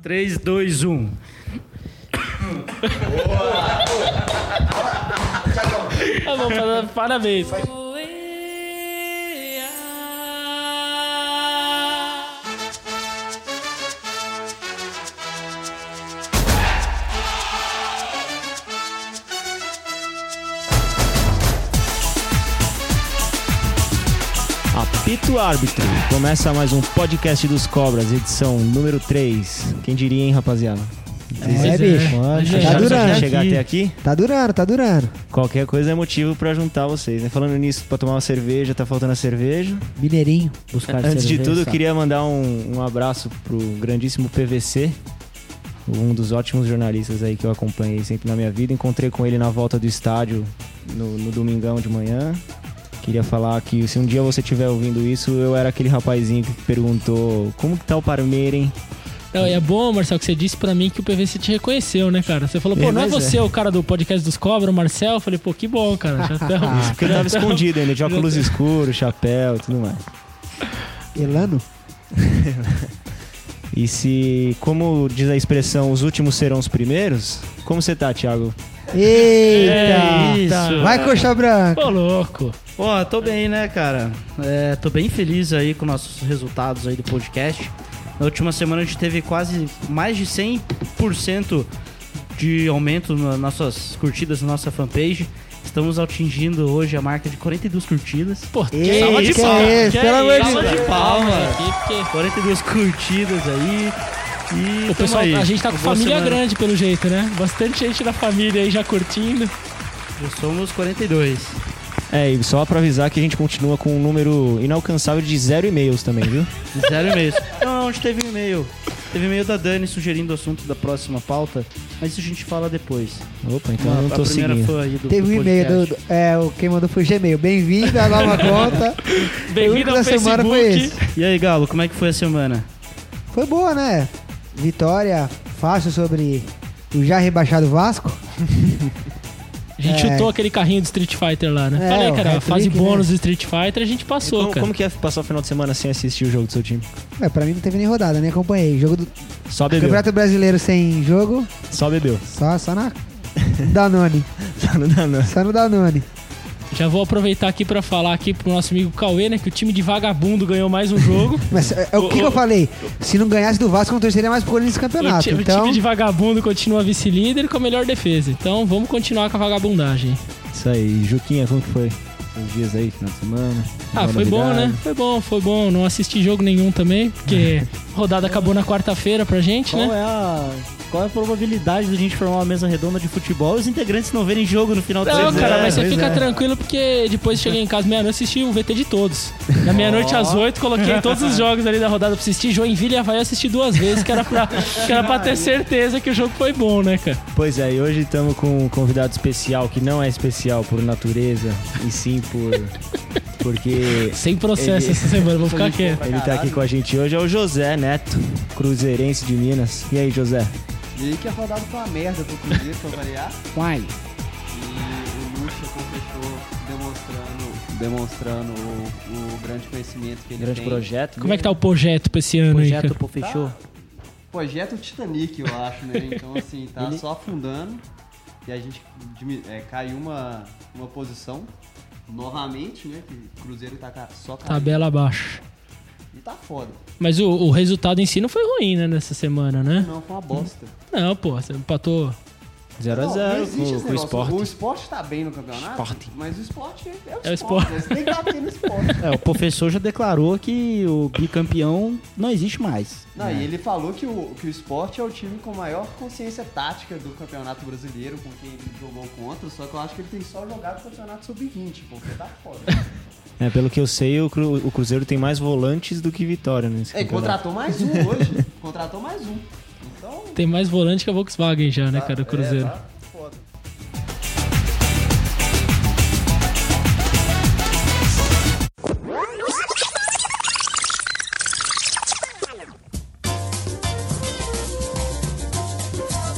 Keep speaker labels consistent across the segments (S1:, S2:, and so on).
S1: 3, 2, 1.
S2: Tá bom, para- parabéns.
S3: Apito Árbitro. Começa mais um podcast dos Cobras, edição número 3. Quem diria, hein, rapaziada?
S4: É, bicho.
S3: Acho
S4: Tá durando.
S3: chegar até aqui.
S4: Tá durando, tá durando.
S3: Qualquer coisa é motivo pra juntar vocês, né? Falando nisso, pra tomar uma cerveja, tá faltando a cerveja.
S4: Mineirinho. Buscar
S3: Antes de
S4: cerveja,
S3: tudo, eu
S4: sabe?
S3: queria mandar um, um abraço pro grandíssimo PVC, um dos ótimos jornalistas aí que eu acompanhei sempre na minha vida. Encontrei com ele na volta do estádio no, no domingão de manhã. Queria falar que se um dia você estiver ouvindo isso, eu era aquele rapazinho que perguntou como que tá o Parmeira, hein?
S2: Não, e é bom, Marcel, que você disse pra mim que o PVC te reconheceu, né, cara? Você falou, pô,
S3: É,
S2: não é
S3: mas
S2: você o cara do podcast dos Cobra, o Marcel? Eu falei, pô, que bom, cara. Já tamo-
S3: Porque ele tava escondido ainda, de óculos escuros, chapéu e tudo mais.
S4: Elano?
S3: E se, como diz a expressão, os últimos serão os primeiros, como você tá, Thiago?
S4: Eita!
S2: É isso.
S4: Vai, coxa branca.
S2: Ô, louco.
S1: Ó, tô bem, né, cara? É, tô bem feliz aí com nossos resultados aí do podcast. Na última semana a gente teve quase mais de 100% de aumento nas nossas curtidas na nossa fanpage. Estamos atingindo hoje a marca de 42 curtidas.
S2: Pô,
S4: Ei,
S1: Salva de
S4: que
S1: palmas,
S4: é esse?
S2: que
S4: Pelo amor
S2: isso?
S4: de
S2: Salva
S1: Deus.
S2: de palmas aqui, porque
S1: 42 curtidas aí. E
S2: O
S1: tamo
S2: pessoal,
S1: aí.
S2: a gente tá com
S1: Boa
S2: família
S1: semana.
S2: grande, pelo jeito, né? Bastante gente da família aí já curtindo.
S1: Somos 42.
S3: É, e só pra avisar que a gente continua com um número inalcançável de zero e-mails também, viu?
S1: Zero e-mails. Não, não, a gente teve um e-mail. Teve um e-mail da Dani sugerindo o assunto da próxima pauta, mas isso a gente fala depois.
S3: Opa, então eu não
S1: a
S3: tô
S1: primeira
S3: seguindo.
S1: fã aí do
S4: Teve
S1: do
S4: um e-mail do,
S1: podcast.
S4: do- É, o quem mandou foi o Gmail. Bem-vindo à nova conta.
S2: Bem-vindo
S4: O único da
S2: ao
S4: semana foi
S2: Facebook.
S1: E aí, Galo, como é que foi a semana?
S4: Foi boa, né? Vitória fácil sobre o já rebaixado Vasco.
S2: A gente
S4: É.
S2: chutou aquele carrinho do Street Fighter lá, né?
S4: É,
S2: Falei,
S4: o
S2: cara, a
S4: hat-trick,
S2: fase
S4: né?
S2: bônus do Street Fighter a gente passou,
S1: Então,
S3: Como,
S2: cara.
S3: como que é passar o final de semana sem assistir o jogo do seu time?
S4: É, pra mim não teve nem rodada, nem acompanhei. Jogo do
S3: Só bebeu.
S4: Campeonato Brasileiro sem jogo,
S3: Só bebeu.
S4: só, só na Danone.
S3: Só não dá, não.
S4: Só no Danone.
S2: Já vou aproveitar aqui pra falar aqui pro nosso amigo Cauê, né? Que o time de vagabundo ganhou mais um jogo.
S4: Mas é, é o que, que eu falei? Se não ganhasse do Vasco, eu não torceria mais pro Corinthians nesse
S2: o,
S4: campeonato.
S2: ti- o
S4: então,
S2: time de vagabundo continua vice-líder com a melhor defesa. Então vamos continuar com a vagabundagem.
S3: Isso aí, Juquinha, como que foi? Os dias aí, final de semana.
S2: Ah,
S3: Alguma
S2: foi bom,
S3: novidade?
S2: né? Foi bom, foi bom. Não assisti jogo nenhum também, porque a rodada acabou na quarta-feira pra gente, né?
S5: Qual é a, qual é a probabilidade da gente formar uma mesa redonda de futebol e os integrantes não verem jogo no final do
S2: Não,
S5: semana?
S2: cara, mas você
S4: pois
S2: fica
S4: é.
S2: tranquilo porque depois cheguei em casa meia-noite e assisti o VT de todos. Da meia-noite às oito, coloquei todos os jogos ali da rodada pra assistir. Joinville e Havaí eu assisti duas vezes, que era, pra, que era pra ter certeza que o jogo foi bom, né, cara?
S3: Pois é, e hoje estamos com um convidado especial que não é especial por natureza, e sim por. Porque
S2: Sem processo
S3: Ele-
S2: essa semana, vou ficar quieto.
S3: ele tá aqui com a gente hoje, é o José Neto, cruzeirense de Minas. E aí, José?
S6: E que a rodada foi uma merda pro Cruzeiro, pra variar. E o Lucha confessou demonstrando, demonstrando o, o grande conhecimento que ele
S3: Grande
S6: tem.
S3: projeto.
S2: Como é que tá o projeto pra esse ano aí,
S1: Projeto
S2: cara?
S1: Pô Fechou?
S6: Projeto Titanic, eu acho, né? Então, assim, tá só afundando. E a gente dimi- é, caiu uma, uma posição novamente, né? Que o Cruzeiro tá ca- só caindo.
S2: Tabela abaixo.
S6: E tá foda.
S2: Mas o, o resultado em si não foi ruim, né, nessa semana, né?
S6: Não, foi uma bosta.
S2: Não, pô, você empatou.
S3: 0x0
S6: Não, não existe
S3: com,
S6: esse
S3: com o
S6: negócio.
S3: esporte.
S6: O esporte tá bem no campeonato,
S3: Esporte.
S6: mas o esporte é, é o
S2: É
S6: esporte.
S2: o esporte.
S6: né? Você tem que bater no esporte.
S5: É, o professor já declarou que o bicampeão não existe mais.
S6: Não,
S7: É.
S6: e ele falou que o, que o esporte é o time com maior consciência tática do Campeonato Brasileiro, com quem ele jogou contra, só que eu acho que ele tem só jogado o Campeonato Sub-20, porque tá foda.
S3: É, pelo que eu sei, o, Cru- o Cruzeiro tem mais volantes do que vitória nesse
S7: É,
S6: Ele
S3: campeonato.
S6: contratou mais um hoje, contratou mais um. Então...
S2: Tem mais volante que a Volkswagen já, né,
S6: tá-
S2: cara, o Cruzeiro.
S6: É, tá foda.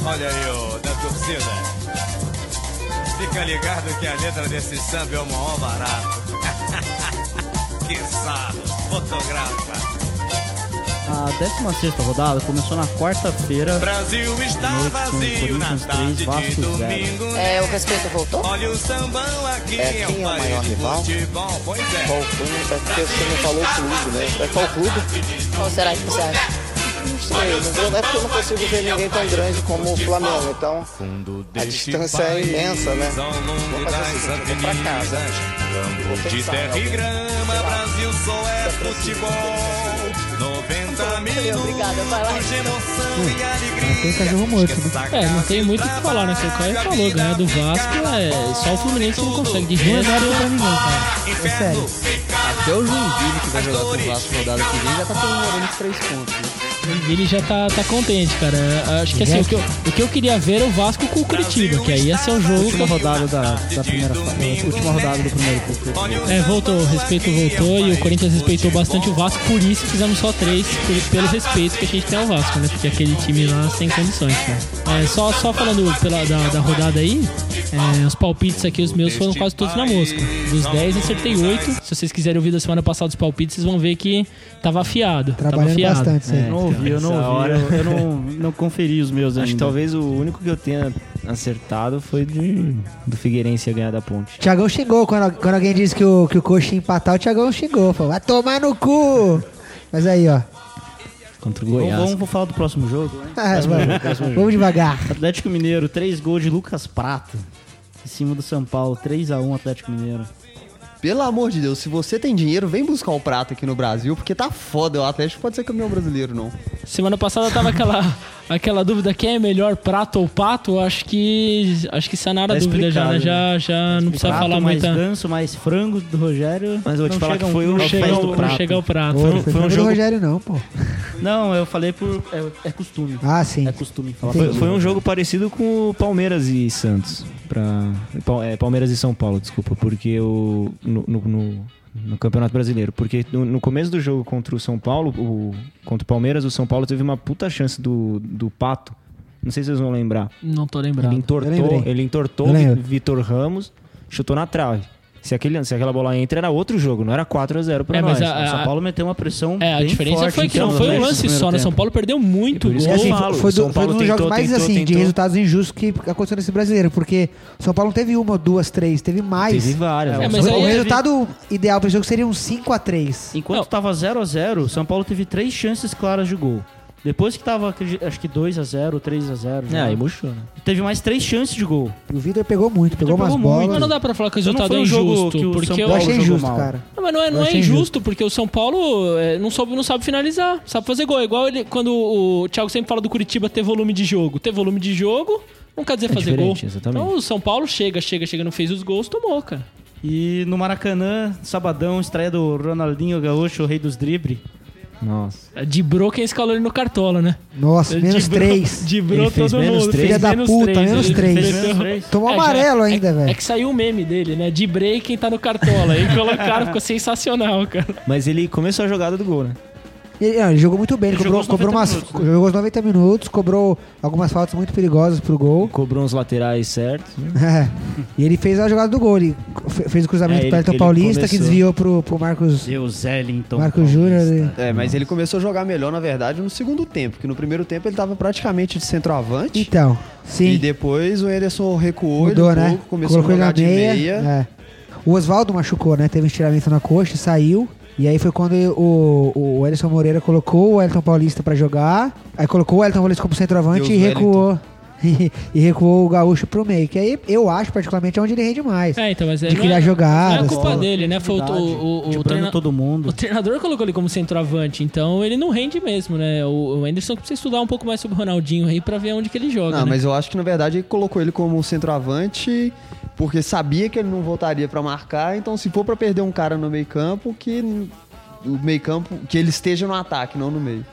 S8: Olha aí, ô, da torcida. Fica ligado que a letra desse samba é o maior barato. que sarro, fotografa.
S9: A 16 rodada começou na quarta-feira.
S8: Brasil está
S9: Noite com
S8: vazio na
S9: Corinthians
S8: tarde
S9: três, Vasco
S8: de
S9: zero.
S8: domingo.
S10: É, o respeito voltou?
S8: Olha o sambão aqui, um
S11: É, quem é o
S8: país
S11: maior
S8: de
S11: rival?
S8: futebol. Pois é.
S11: Qual clube? É porque você não falou o clube, né? É qual clube?
S10: Ou será que você acha?
S11: Não sei, mas eu, é porque eu não consigo ver ninguém tão grande como o Flamengo, então a distância é imensa, né?
S8: Ao
S11: Vou
S8: longo
S11: fazer o
S8: das
S11: seguinte, eu vou pra casa,
S8: avenidas, campo
S11: Vou
S8: de
S11: pensar né? em
S8: terra e
S11: alguém.
S8: grama, Brasil só é futebol. 90
S10: Obrigada, vai lá.
S8: minutos de
S2: Hum.
S8: emoção e
S4: Tem
S8: alegria.
S4: cachorro morto, né?
S8: Essa
S2: É, não tem muito o que
S8: casa
S2: falar, né? Foi o que o Caio falou, ganhar do Vasco é só o Fluminense que não consegue. De resto,
S4: É sério.
S12: Até É o Joinville, que vai jogar com o Vasco rodada que vem, já tá comemorando os três pontos. Né?
S2: o Vini já tá, tá contente, cara. Eu Acho que assim, o que, eu, o que eu queria ver era o Vasco com o Curitiba, que aí ia ser o jogo. que
S1: Última
S2: eu-
S1: rodada da, da primeira fase. Última rodada do primeiro turno.
S2: É, voltou, o respeito voltou e o Corinthians respeitou bastante o Vasco, por isso fizemos só três, por- pelo respeito que a gente tem ao Vasco, né? Porque aquele time lá sem condições, cara. É, só, só falando pela, da, da rodada aí, é, os palpites aqui, os meus foram quase todos na mosca. Dos 10, acertei 8. Se vocês quiserem ouvir da semana passada os palpites, vocês vão ver que tava afiado. tava
S4: Trabalhando
S2: afiado.
S4: bastante
S3: né?
S4: isso aí.
S1: Eu não ouvi, eu não
S3: É, então, Essa
S1: ouvi.
S3: hora-
S1: Eu, eu não, não conferi os meus
S3: Acho que
S1: ainda.
S3: talvez o único que eu tenha acertado foi de, do Figueirense ganhar da ponte.
S4: Tiagão xingou quando, quando alguém disse que o, que o coxa ia empatar, o Tiagão xingou. Falou, vai tomar no cu! Mas aí, ó.
S3: Contra o
S1: Vamos,
S3: Goiás.
S1: vamos- vamos falar do próximo jogo, né?
S4: Ah, vamos, vamos devagar.
S1: Atlético Mineiro, 3 gols de Lucas Prato. Em cima do São Paulo, 3x1 Atlético Mineiro.
S12: Pelo amor de Deus,
S7: Se você tem dinheiro, vem buscar um prato aqui no Brasil, porque tá foda. O Atlético pode ser campeão brasileiro, não.
S2: Semana passada tava aquela, aquela dúvida quem é melhor, prato ou pato. Acho que acho que sanaram a
S1: Tá
S2: dúvida já, né? Já, já não precisa
S1: Prato,
S2: falar
S1: mais
S2: muita.
S1: ganso, mais frango do Rogério.
S3: Mas eu vou te
S1: Não
S3: falar
S1: chega
S3: que
S1: um-
S3: foi o-
S1: não
S2: Não
S3: Ao
S2: chega,
S1: pés
S3: pés
S2: ao-
S1: do
S2: não
S1: prato.
S2: chega um- ao prato.
S4: Pô,
S1: foi um-
S4: não
S1: foi
S4: foi jogo
S1: um
S4: do
S1: jogo-
S4: Rogério, não, pô.
S1: Não, eu falei por. É, é costume.
S4: Ah, sim.
S1: É costume falar
S3: Foi,
S1: por-
S3: foi um jogo parecido com o Palmeiras e Santos. Pra, Pal- é, Palmeiras e São Paulo, desculpa. Porque o. No, no- no- no Campeonato Brasileiro. Porque no, no começo do jogo contra o São Paulo, o- contra o Palmeiras, o São Paulo teve uma puta chance do, do Pato. Não sei se vocês vão lembrar.
S2: Não tô
S3: Ele
S2: lembrado.
S4: Eu
S3: entortou,
S4: lembrei.
S3: ele entortou
S4: Eu
S3: Vi-
S4: lembro.
S3: Vitor Ramos, chutou na trave. Se, aquele, se aquela bola entra, era outro jogo, não era 4x0 pra
S2: É,
S3: nós.
S2: mas a-
S1: O São Paulo meteu uma pressão.
S2: É, a
S1: bem
S2: diferença
S1: forte
S2: foi
S1: em
S2: que não
S1: cima do
S2: foi um
S1: Atlético
S2: lance
S1: no
S2: só, né?
S1: primeiro
S2: São
S1: tempo.
S2: Paulo perdeu muito
S3: E por isso
S2: gol.
S3: que
S4: Assim,
S3: Paulo,
S4: foi do,
S3: São
S4: foi
S3: Paulo
S4: um dos
S3: tentou,
S4: jogos mais
S3: tentou,
S4: assim de
S3: tentou.
S4: resultados injustos que aconteceu nesse brasileiro, porque o São Paulo não teve uma, duas, três, teve mais.
S3: Teve várias.
S2: É,
S3: né?
S2: mas
S4: o
S2: aí é-
S4: resultado ideal para o jogo seria um 5x3.
S1: Enquanto
S2: Não.
S1: tava 0x0, o São Paulo teve três chances claras de gol. Depois que tava, acredi- acho que 2x0, 3x0.
S3: É,
S1: já,
S3: aí murchou, né?
S1: Teve mais três chances de gol.
S4: O Vitor pegou muito, pegou
S1: pegou
S4: umas
S1: muito,
S2: Mas não
S4: bolas.
S2: dá pra falar que o
S1: Então não
S2: resultado
S1: foi
S2: é
S1: um jogo
S2: injusto.
S1: que o
S2: porque
S1: São
S2: eu-
S4: Eu
S1: Paulo
S4: achei
S1: jogou
S4: injusto,
S1: mal.
S4: cara.
S2: Não, mas não é, não
S4: Eu
S2: é
S4: achei
S2: injusto, porque o São Paulo é, não, soube, não sabe finalizar, sabe fazer gol. É igual ele, quando o Thiago sempre fala do Curitiba ter volume de jogo. Ter volume de jogo não quer dizer fazer gol.
S3: diferente, exatamente.
S2: Então o São Paulo chega, chega, chega, não fez os gols, tomou, cara.
S1: E no Maracanã, sabadão, estreia do Ronaldinho Gaúcho, o rei dos dribles.
S3: Nossa.
S2: Dibrou quem escalou ele no Cartola, né?
S4: Nossa, menos
S2: Dibrou-
S4: 3.
S2: Dibrou
S3: Ele fez
S2: todo
S3: menos
S2: mundo.
S3: três?
S2: fez
S4: Filha da puta,
S2: três,
S4: menos
S2: ele
S4: três.
S1: um-
S2: fez menos-
S4: Tomou
S2: É, já-
S4: amarelo
S2: é-
S4: ainda,
S2: É
S4: velho.
S2: que saiu o meme dele, né? Dibrei quem tá no Cartola. Aí colocaram, ficou sensacional, cara.
S3: Mas ele começou a jogada do gol, né?
S4: Ele, não, ele jogou muito bem, ele,
S1: Ele
S4: cobrou,
S1: jogou os
S4: cobrou
S1: 90
S4: umas,
S1: minutos,
S4: jogou os 90 minutos, cobrou algumas faltas muito perigosas pro gol.
S3: Cobrou uns laterais certos. né?
S4: É. E ele fez a jogada do gol, ele fe- fez o cruzamento
S3: É,
S4: pro
S3: ele-
S4: Wellington
S3: ele
S4: Paulista, que
S3: começou.
S4: desviou pro, pro Marcos,
S1: Deus Ellington.
S4: Marcos Júnior.
S3: né?
S4: ele-
S7: É, mas ele começou a jogar melhor, na verdade, no segundo tempo, que no primeiro tempo ele tava praticamente de centroavante.
S4: Então,
S7: E
S4: sim,
S7: depois o Ederson recuou
S4: mudou,
S7: ele um
S4: né?
S7: pouco, começou a
S4: ele
S7: jogar
S4: na
S7: de meia.
S4: é. O Oswaldo machucou, né? Teve um estiramento na coxa, saiu. E aí foi quando o, o Ederson Moreira colocou o Elton Paulista pra jogar. Aí colocou o Elton Paulista como centroavante
S7: Deus
S4: e recuou. e recuou o Gaúcho pro meio. Que aí eu acho, particularmente, é onde ele rende mais.
S2: É, então, mas aí
S4: de
S2: não
S4: criar
S2: é-
S4: jogadas.
S2: Não é culpa
S4: tal.
S2: dele, né? Foi o, o, o, o,
S1: Driblando
S2: treina-
S1: todo mundo.
S2: o treinador colocou ele como centroavante, então ele não rende mesmo, né? O, o Anderson precisa estudar um pouco mais sobre o Ronaldinho aí pra ver onde que ele joga.
S7: Não,
S2: né?
S7: mas eu acho que na verdade ele colocou ele como um centroavante porque sabia que ele não voltaria pra marcar, então se for pra perder um cara no meio-campo, que n- o meio-campo que ele esteja no ataque, não no meio.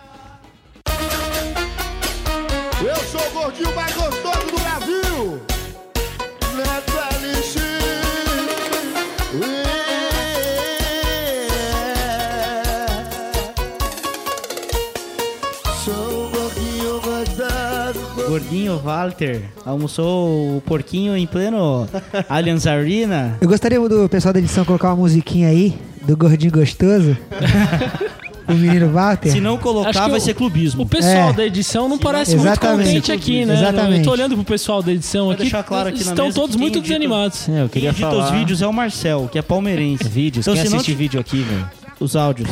S8: Eu sou o gordinho mais gostoso do Brasil! Neto LX! é. Sou o gordinho gostoso!
S1: Gordinho Walter almoçou o porquinho em pleno Allianz Arena.
S4: Eu gostaria do pessoal da edição colocar uma musiquinha aí, do Gordinho Gostoso. o menino Walter.
S1: Se não colocar,
S2: Acho que
S1: vai
S2: o-
S1: ser clubismo.
S2: O pessoal
S4: É.
S2: da edição não parece muito
S4: Exatamente.
S2: contente aqui, né?
S4: Exatamente.
S2: Eu tô olhando pro pessoal da edição aqui.
S1: deixar claro aqui na
S2: estão
S1: mesa que
S2: todos
S1: quem
S2: muito
S1: edita-
S2: desanimados.
S3: É, eu
S1: Quem
S3: queria
S1: edita
S3: falar...
S1: os vídeos é o Marcel, que é palmeirense.
S3: Vídeos,
S1: Então,
S3: quem
S1: se não
S3: assiste
S1: ti-
S3: vídeo aqui, velho?
S1: Os áudios.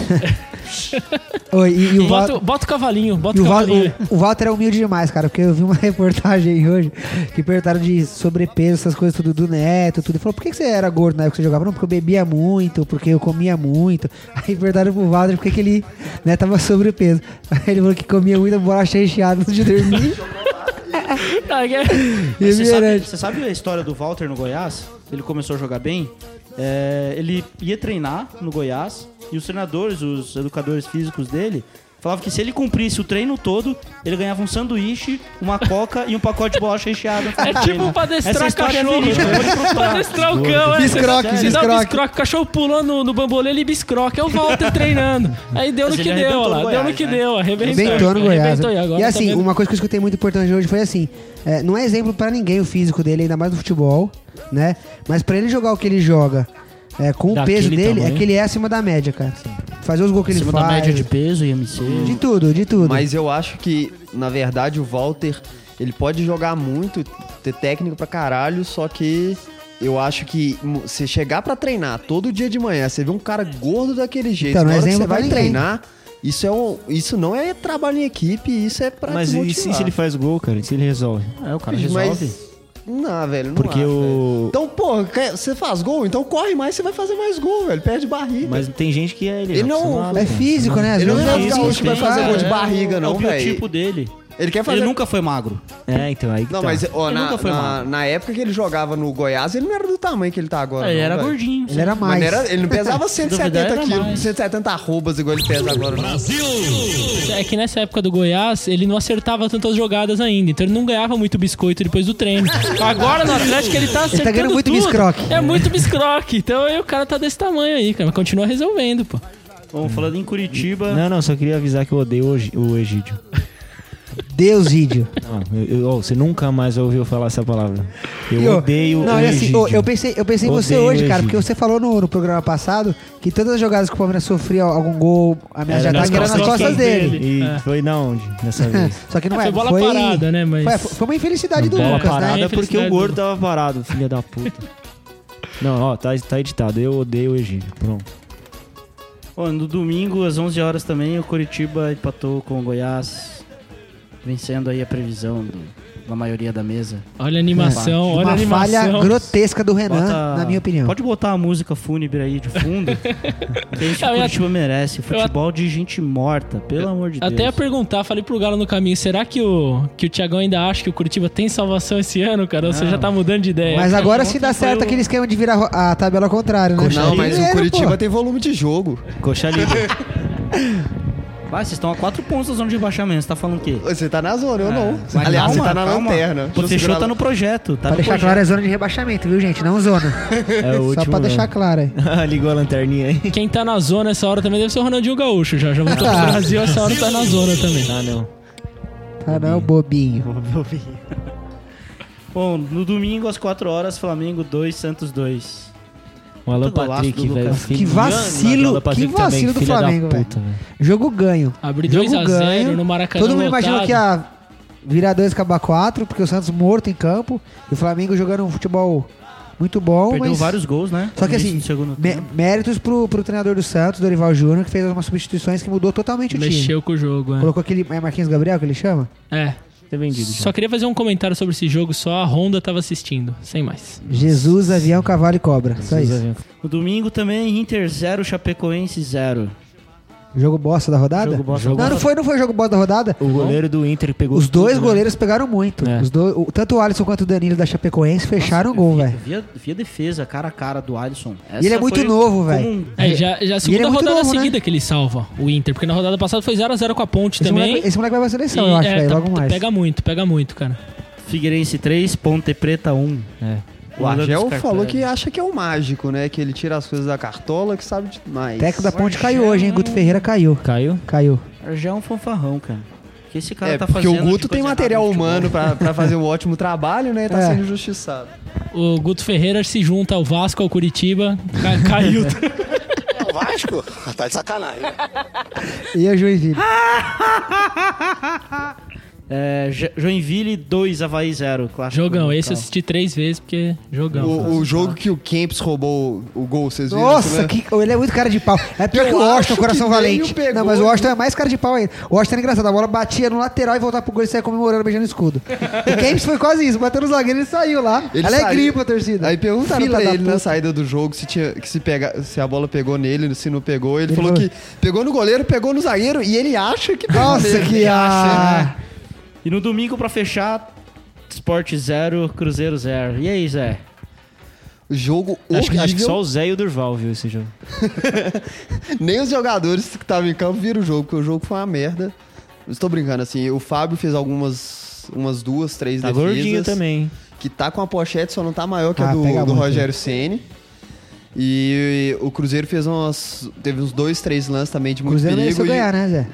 S4: Oi, e, e o, Val-
S2: Bota, bota o cavalinho, bota
S4: e
S2: o
S4: o, Val-
S2: cavalinho.
S4: o- o Walter é humilde demais, cara, porque eu vi uma reportagem aí hoje que perguntaram de sobrepeso, essas coisas tudo do neto, tudo. Ele falou, por que que você era gordo na época que você jogava? Não, porque eu bebia muito, porque eu comia muito. Aí perguntaram pro Walter por que que ele né, tava sobrepeso. Aí ele falou que comia muita bolacha recheada antes de dormir.
S2: Ah, é-
S4: e
S1: Mas Você sabe,
S4: refrigerante.
S1: você sabe a história do Walter no Goiás? Ele começou a jogar bem. É, ele ia treinar no Goiás e os treinadores, os educadores físicos dele, falavam que se ele cumprisse o treino todo, ele ganhava um sanduíche, uma coca e um pacote de bolacha recheada. no fim
S2: É
S1: do
S2: tipo
S1: treino. Essa
S2: padestrar
S1: história é
S2: cachorro.
S1: verídica, eu vou te procurar.
S2: Padestrar o cão, é.
S4: Biscroque,
S2: Você dá um
S4: biscroque.
S2: biscroque. O cachorro pulou no, no bambolê, ele biscroque. É o Walter treinando. Aí deu no
S1: Mas
S2: que
S1: ele
S2: deu,
S1: arrebentou
S2: lá. Deu no
S1: no Goiás,
S2: que
S1: né?
S2: deu. Arrebentou.
S4: Arrebentou no Goiás.
S2: Arrebentou, agora
S4: e
S2: tá
S4: assim,
S2: vendo-
S4: uma coisa que eu escutei muito importante hoje foi assim: é, não é exemplo pra ninguém o físico dele, ainda mais no futebol, né? Mas pra ele jogar o que ele joga é, com o
S3: Daquele
S4: peso dele,
S3: tamanho.
S4: é que ele é acima da média, cara. Fazer os gols que ele
S1: Acima
S4: faz.
S1: da média de peso, IMC.
S4: de tudo, de tudo.
S7: Mas eu acho que, na verdade, o Walter, ele pode jogar muito, ter técnico pra caralho, só que eu acho que mo- você chegar pra treinar todo dia de manhã, você vê um cara gordo daquele jeito,
S4: Então, não
S7: na
S4: é
S7: hora que
S4: exemplo
S7: você
S4: pra
S7: vai
S4: ninguém.
S7: treinar, isso, é um, isso não é trabalho em equipe, isso é pra
S3: Mas e se,
S7: desmotivar.
S3: se ele faz gol, cara? E se ele resolve?
S1: É, o cara
S7: Mas-
S1: resolve.
S7: Não, velho, não
S3: Porque
S7: acho,
S3: o-
S7: velho. Então, porra, quer- você faz gol, então corre mais, você vai fazer mais gol, velho. Perde barriga.
S3: Mas tem gente que é ele.
S7: Ele
S3: não
S7: não-
S3: acostumado,
S4: É
S3: cara.
S4: físico, né? Às
S7: Ele não
S4: vezes
S7: é
S4: é
S7: o gaúcho que vai
S4: físico,
S7: fazer
S4: cara.
S7: gol de barriga,
S1: É o
S7: não, velho.
S1: biotipo dele.
S7: Ele quer fazer
S1: Ele nunca foi magro.
S3: É, então, aí que
S7: Não,
S3: tá.
S7: mas ó,
S1: Ele
S7: na,
S1: nunca foi
S7: na,
S1: magro.
S7: na época que ele jogava no Goiás, ele não era do tamanho que ele tá
S3: É,
S7: agora.
S1: ele
S7: não,
S1: era
S7: velho.
S1: gordinho.
S4: Ele era
S7: Mas
S4: mais.
S7: não era- ele não pesava
S1: Duvidar
S7: 170
S1: era
S7: quilos,
S1: mais.
S7: 170 arrobas igual ele pesa agora. Não.
S2: É que nessa época do Goiás, ele não acertava tantas jogadas ainda. Então ele não ganhava muito biscoito depois do treino. Agora no Atlético ele tá acertando
S4: ganhando muito
S2: tudo.
S4: biscroque.
S2: É muito biscroque. Então aí o cara tá desse tamanho aí, cara. Mas continua resolvendo, pô.
S1: Bom, falando em Curitiba,
S3: Não, não, só queria avisar que eu odeio o Egi- o Egídio.
S4: Deus, vídeo.
S3: Não, eu- eu- ó, você nunca mais ouviu falar essa palavra. Eu
S4: Ô,
S3: odeio
S4: Não,
S3: o
S4: é assim,
S3: Egídio.
S4: ô, eu pensei, eu pensei em você
S3: Odeio
S4: hoje,
S3: o
S4: cara,
S3: Egídio.
S4: porque você falou no, no programa passado que todas as jogadas que o Palmeiras sofria algum gol, a minha já
S3: nas
S4: ataque era nas
S3: costas
S4: costas
S2: dele.
S4: dele.
S3: E
S2: É.
S3: foi na onde, dessa vez?
S4: Só que não é,
S2: Foi bola parada, né? Mas.
S4: Foi, foi uma infelicidade do
S3: bola
S4: Lucas,
S3: parada
S4: né?
S1: é
S2: Infelicidade
S3: porque o
S2: do-
S3: gordo tava parado, filha da puta. Não, ó, tá, tá editado. Eu odeio o Egídio. Pronto.
S1: Ó, no domingo, às 11 horas também, o Curitiba empatou com o Goiás, vencendo aí a previsão do- da maioria da mesa.
S2: Olha a animação, olha a
S4: É. Uma
S2: é um animação.
S4: falha grotesca do Renan,
S1: Bota-
S4: É, né? na minha opinião.
S1: Pode botar a música fúnebre aí de fundo, que é isso que
S2: Eu
S1: o
S2: ia-
S1: Curitiba merece. Futebol de gente morta, pelo amor de
S2: Até ia
S1: Deus.
S2: perguntar, falei pro Galo no caminho, será que o, que o Thiagão ainda acha que o Curitiba tem salvação esse ano, cara? Ou você já tá mudando de ideia?
S4: Mas agora
S2: um
S4: se dá
S1: ontem foi
S4: certo
S1: o-
S4: aquele esquema de virar ro- a tabela ao contrário, né?
S7: Não, mas o
S4: Primeiro,
S7: Curitiba tá
S4: pô.
S7: tem volume de jogo.
S3: Coxa livre.
S1: Vai, vocês estão a 4 pontos da zona de rebaixamento, você tá falando o quê?
S7: Você tá na zona, eu não.
S1: É. Mas
S4: Ah,
S7: Aliás,
S1: calma,
S7: você tá na
S1: calma.
S7: lanterna.
S1: O
S7: Deixa eu
S1: Peixoto
S7: segurar-
S1: tá no projeto, tá
S4: Pra
S1: no
S4: deixar
S1: projeto.
S4: claro, é zona de rebaixamento, viu, gente? Não zona.
S3: É o
S4: Só
S3: último.
S4: pra deixar
S3: mesmo.
S4: claro aí.
S3: Ligou a lanterninha aí.
S2: Quem tá na zona essa hora também deve ser o Ronaldinho Gaúcho já. Já voltou
S4: Ah.
S2: pro Brasil, essa hora tá na zona também.
S3: Ah, não.
S4: Tá não, bobinho.
S1: Bom, no domingo, às 4 horas, Flamengo 2, Santos 2.
S3: O Alan
S1: Puta golaço
S3: Um Patrick,
S1: do
S3: velho.
S1: Lucas.
S3: fiquei
S4: Que
S3: ligando
S4: vacilo,
S3: no Alan
S4: que
S3: Patrick também,
S4: vacilo do
S3: filha da
S4: Flamengo,
S3: puta, velho.
S4: Jogo ganho.
S2: Abrir
S4: Jogo
S2: 2x0
S4: ganho.
S2: no Maracanã
S4: Todo mundo imaginou
S2: lotado.
S4: que é ia virar dois acabar quatro, porque o Santos morto em campo e o Flamengo jogando um futebol muito bom.
S1: Perdeu
S4: mas...
S1: vários gols, né?
S4: Só que
S1: No
S4: assim,
S1: início do segundo
S4: mé-
S1: tempo.
S4: méritos pro, pro treinador do Santos, Dorival Júnior, que fez algumas substituições que mudou totalmente o time.
S2: Mexeu com o jogo, é.
S4: Colocou aquele. É Marquinhos Gabriel que ele chama?
S2: É.
S3: Ter vendido. já.
S2: Só queria fazer um comentário sobre esse jogo, só a Honda tava assistindo, sem mais.
S4: Jesus, avião, cavalo e cobra. Só isso.
S1: No domingo também, Inter 0, Chapecoense 0.
S4: Jogo bosta da rodada?
S1: Jogo bosta.
S4: Não, não foi, não foi jogo bosta da rodada.
S1: Tá
S3: O goleiro do Inter pegou
S4: Os dois
S3: tudo, né?
S4: goleiros pegaram muito.
S3: É.
S4: Os dois, o- tanto o Alisson quanto o Danilo da Chapecoense fecharam o
S1: Eu
S4: gol,
S1: vi- eu
S4: velho.
S1: Vi, a- vi a defesa cara a cara do Alisson.
S4: E ele é muito novo, velho.
S1: um
S2: É, já, já a
S4: ele
S2: segunda
S4: é muito
S2: rodada
S4: novo, né?
S2: seguida que ele salva o Inter, porque na rodada passada foi 0x0 com a Ponte
S4: Esse
S2: também.
S4: moleque, esse moleque vai pra seleção,
S2: E,
S4: eu acho,
S2: é,
S4: velho.
S2: tá-
S4: Logo
S2: tá-
S4: mais.
S2: Pega muito, pega muito, cara.
S1: Figueirense 3, Ponte Preta 1.
S3: É.
S7: O Argel
S1: Orlando
S7: falou
S1: Scarpelli.
S7: que acha que é o mágico, né? Que ele tira as coisas da cartola, que sabe
S4: O
S7: demais.
S4: técnico da ponte caiu hoje, hein? Guto Ferreira caiu.
S3: Caiu?
S4: Caiu.
S1: Argel é um fanfarrão, cara. O que esse cara
S7: É,
S1: tá
S7: porque
S1: fazendo?
S7: o Guto
S1: de
S7: tem
S1: coisa
S7: material
S1: errada no
S7: humano pra, pra fazer um ótimo trabalho, né? Tá
S4: É.
S7: sendo injustiçado.
S2: O Guto Ferreira se junta ao Vasco, ao Curitiba, ca- caiu.
S13: Vasco? Tá de sacanagem. né?
S4: E a Joinville?
S1: É, Jo- Joinville 2, Havaí 0. Clássico
S2: Jogão, esse eu
S1: local.
S2: assisti três vezes porque jogão.
S7: O, o jogo que o Kempis roubou o gol, vocês viram? isso,
S4: Nossa,
S7: né?
S4: que, ele é muito cara de pau. É pior
S7: Eu
S4: que o
S7: acho
S4: Washington,
S7: que
S4: coração
S7: nem
S4: valente.
S7: o pegou,
S4: não, mas o Washington é mais cara de pau ainda. O Washington era engraçado. A bola batia no lateral e voltava pro gol e saia comemorando, beijando o escudo. o Kempis foi quase isso. Bateu no zagueiro e ele saiu lá.
S7: Ele
S4: Alegria
S7: saiu.
S4: pra é torcida.
S7: Aí perguntaram
S4: Fila
S7: pra
S4: da
S7: ele né? na
S4: puta.
S7: saída do jogo se, tinha, que se, pega, se a bola pegou nele, se não pegou. Ele,
S4: Ele
S7: falou
S4: falou-
S7: que pegou no goleiro, pegou no zagueiro e ele acha que pegou
S4: Nossa,
S7: nele.
S4: que...
S7: Ele acha, né?
S4: Ah,
S1: E no domingo, pra fechar, Sport 0, Cruzeiro 0. E aí, Zé?
S7: Jogo
S5: Acho que,
S7: horrível.
S5: acho que só o Zé e o Durval viu esse jogo.
S7: Nem os jogadores que estavam em campo viram o jogo, porque o jogo foi uma merda. Eu Estou brincando, assim, o Fábio fez algumas umas duas, três
S5: Tá
S7: defesas.
S5: gordinho também. hein?
S7: Que tá com a pochete, só não tá maior que a
S4: Ah,
S7: do,
S4: pega
S7: do
S4: muito.
S7: Rogério Ceni. E o Cruzeiro fez umas. Teve uns dois, três lances também de
S4: o
S7: muito
S4: Cruzeiro
S7: perigo.
S4: mereceu
S7: e-
S4: ganhar, né, Zé?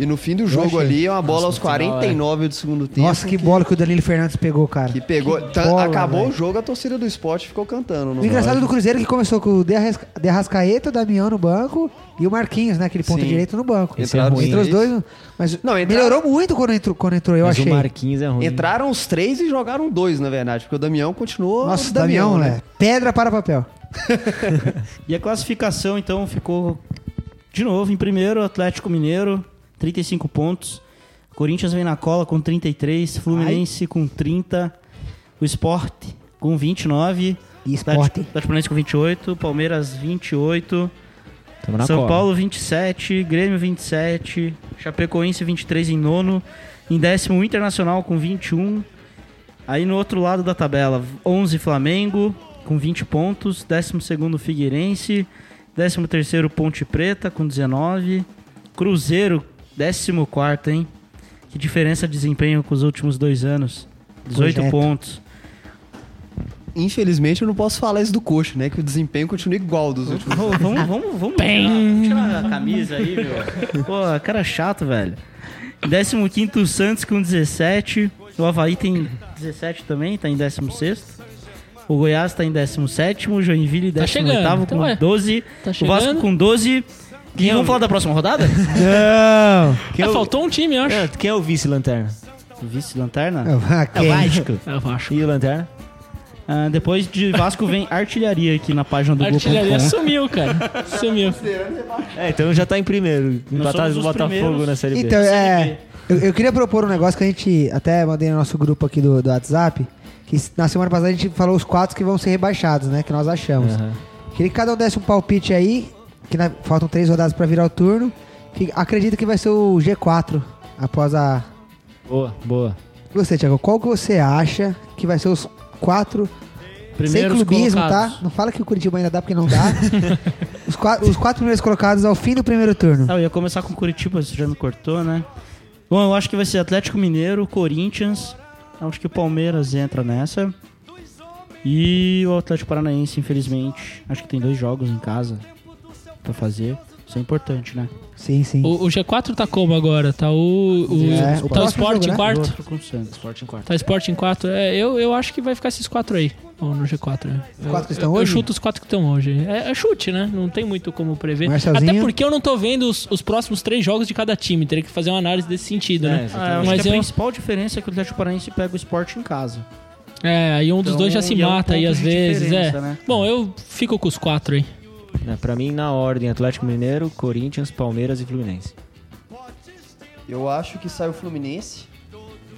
S7: E no fim do
S4: achei.
S7: jogo ali, é uma bola aos
S5: no final,
S7: 49 do segundo tempo.
S4: Nossa, que bola que o Danilo Fernandes pegou, cara.
S7: um Que pegou.
S4: que
S7: Tan-
S4: bola,
S7: acabou
S4: velho.
S7: o jogo, a torcida do esporte ficou cantando.
S4: O engraçado do Cruzeiro é que começou com o De Arrasca- De Arrascaeta, o Damião no banco e o Marquinhos, né? Aquele ponta
S7: Sim.
S4: direito no banco.
S7: Esse é ruim.
S4: Entrou os dois, mas
S7: Não, entra-
S4: melhorou muito quando entrou, quando entrou eu
S5: Mas
S4: achei.
S5: o Marquinhos é ruim.
S7: Entraram os três e jogaram dois, na verdade, porque o Damião continuou.
S4: Nossa, o Damião, né? Pedra para papel.
S1: E a classificação, então, ficou de novo em primeiro, Atlético Mineiro, 35 pontos. Corinthians vem na cola com 33, Fluminense com 30, o Sport com 29,
S4: E
S1: Atlético
S4: esporte.
S1: Atlético Paranaense com 28, Palmeiras 28,
S5: Tamo na
S1: São
S5: cola.
S1: Paulo 27, Grêmio 27, Chapecoense 23 em nono, em décimo o Internacional com 21. Aí no outro lado da tabela, 11 Flamengo com 20 pontos, 12º Figueirense, 13º Ponte Preta com 19, Cruzeiro 14º, hein? Que diferença de desempenho com os últimos dois anos. 18
S4: Projeto.
S1: pontos.
S7: Infelizmente, eu não posso falar isso do coxa, né? Que o desempenho continua igual dos últimos.
S1: Ô, vamos, vamos, vamos tirar, tirar a camisa aí, meu. Pô, cara é chato, velho. 15 o Santos com 17. O Havaí tem 17 também, tá em 16. O Goiás tá em 17. O Joinville, 18
S2: Tá chegando, então
S1: com
S2: é.
S1: 12.
S2: Tá
S1: o Vasco
S2: chegando.
S1: com 12. E vamos falar da próxima rodada?
S5: Não! Quem é,
S2: Ah,
S5: o...
S2: faltou um time, eu acho.
S5: É, quem é o vice-lanterna?
S2: É,
S1: Vice-lanterna?
S4: Ah, quem?
S2: Eu acho.
S5: E o lanterna?
S1: Ah, depois de Vasco vem artilharia aqui na página do
S2: A artilharia
S1: Globo.com.
S2: sumiu, cara. Sumiu.
S5: É, então já tá em primeiro. Empatado
S1: somos
S5: do
S1: os
S5: Botafogo
S1: primeiros.
S5: na Série B.
S4: Então, é. Eu, eu queria propor um negócio que a gente até mandei no nosso grupo aqui do, do WhatsApp. Que s- na semana passada a gente falou os quatro que vão ser rebaixados, né? Que nós achamos.
S5: Aham.
S4: Queria que cada um desse um palpite aí. Que na- faltam três rodadas pra virar o turno. Que acredito que vai ser o G4 após a.
S5: Boa, boa.
S4: Você, Thiago, qual que você acha que vai ser os quatro.
S2: Primeiros
S4: sem clubismo,
S2: colocados.
S4: tá? Não fala que o Curitiba ainda dá porque não dá. os, qua- os quatro primeiros colocados ao fim do primeiro turno.
S1: Ah, eu ia começar com Curitiba, você já me cortou, né? Bom, eu acho que vai ser Atlético Mineiro, Corinthians. Eu Acho que o Palmeiras entra nessa. E o Atlético Paranaense, infelizmente. Acho que tem dois jogos em casa pra fazer. Isso é importante, né?
S4: Sim, sim.
S2: O, o G4 tá como agora? Tá o. o,
S4: É, o
S2: tá o
S4: próximo
S2: Sport
S4: jogo,
S2: em
S4: né?
S2: quarto?
S1: Outro com o Santos.
S2: Tá Sport em 4. É, eu, eu acho que vai ficar esses 4 aí. Ou no G4. né?
S4: Os quatro que
S2: Eu,
S4: estão
S2: eu
S4: hoje?
S2: chuto os 4 que estão hoje. É, é chute, né? Não tem muito como prever.
S4: Marcelzinho.
S2: Até porque eu não tô vendo os, os próximos 3 jogos de cada time. Teria que fazer uma análise desse sentido,
S3: É,
S2: né?
S1: Ah, eu acho
S2: Mas
S1: que a
S2: eu-
S1: principal diferença é que o Atlético Paranaense pega o esporte em casa.
S2: É, aí um dos
S1: Então,
S2: dois já se
S1: e é um
S2: mata aí
S1: ponto
S2: às
S1: de
S2: vezes. É.
S1: diferença, né?
S2: Bom, eu fico com os 4 aí.
S5: É, pra mim, na ordem, Atlético Mineiro, Corinthians, Palmeiras e Fluminense.
S7: Eu acho que sai o Fluminense,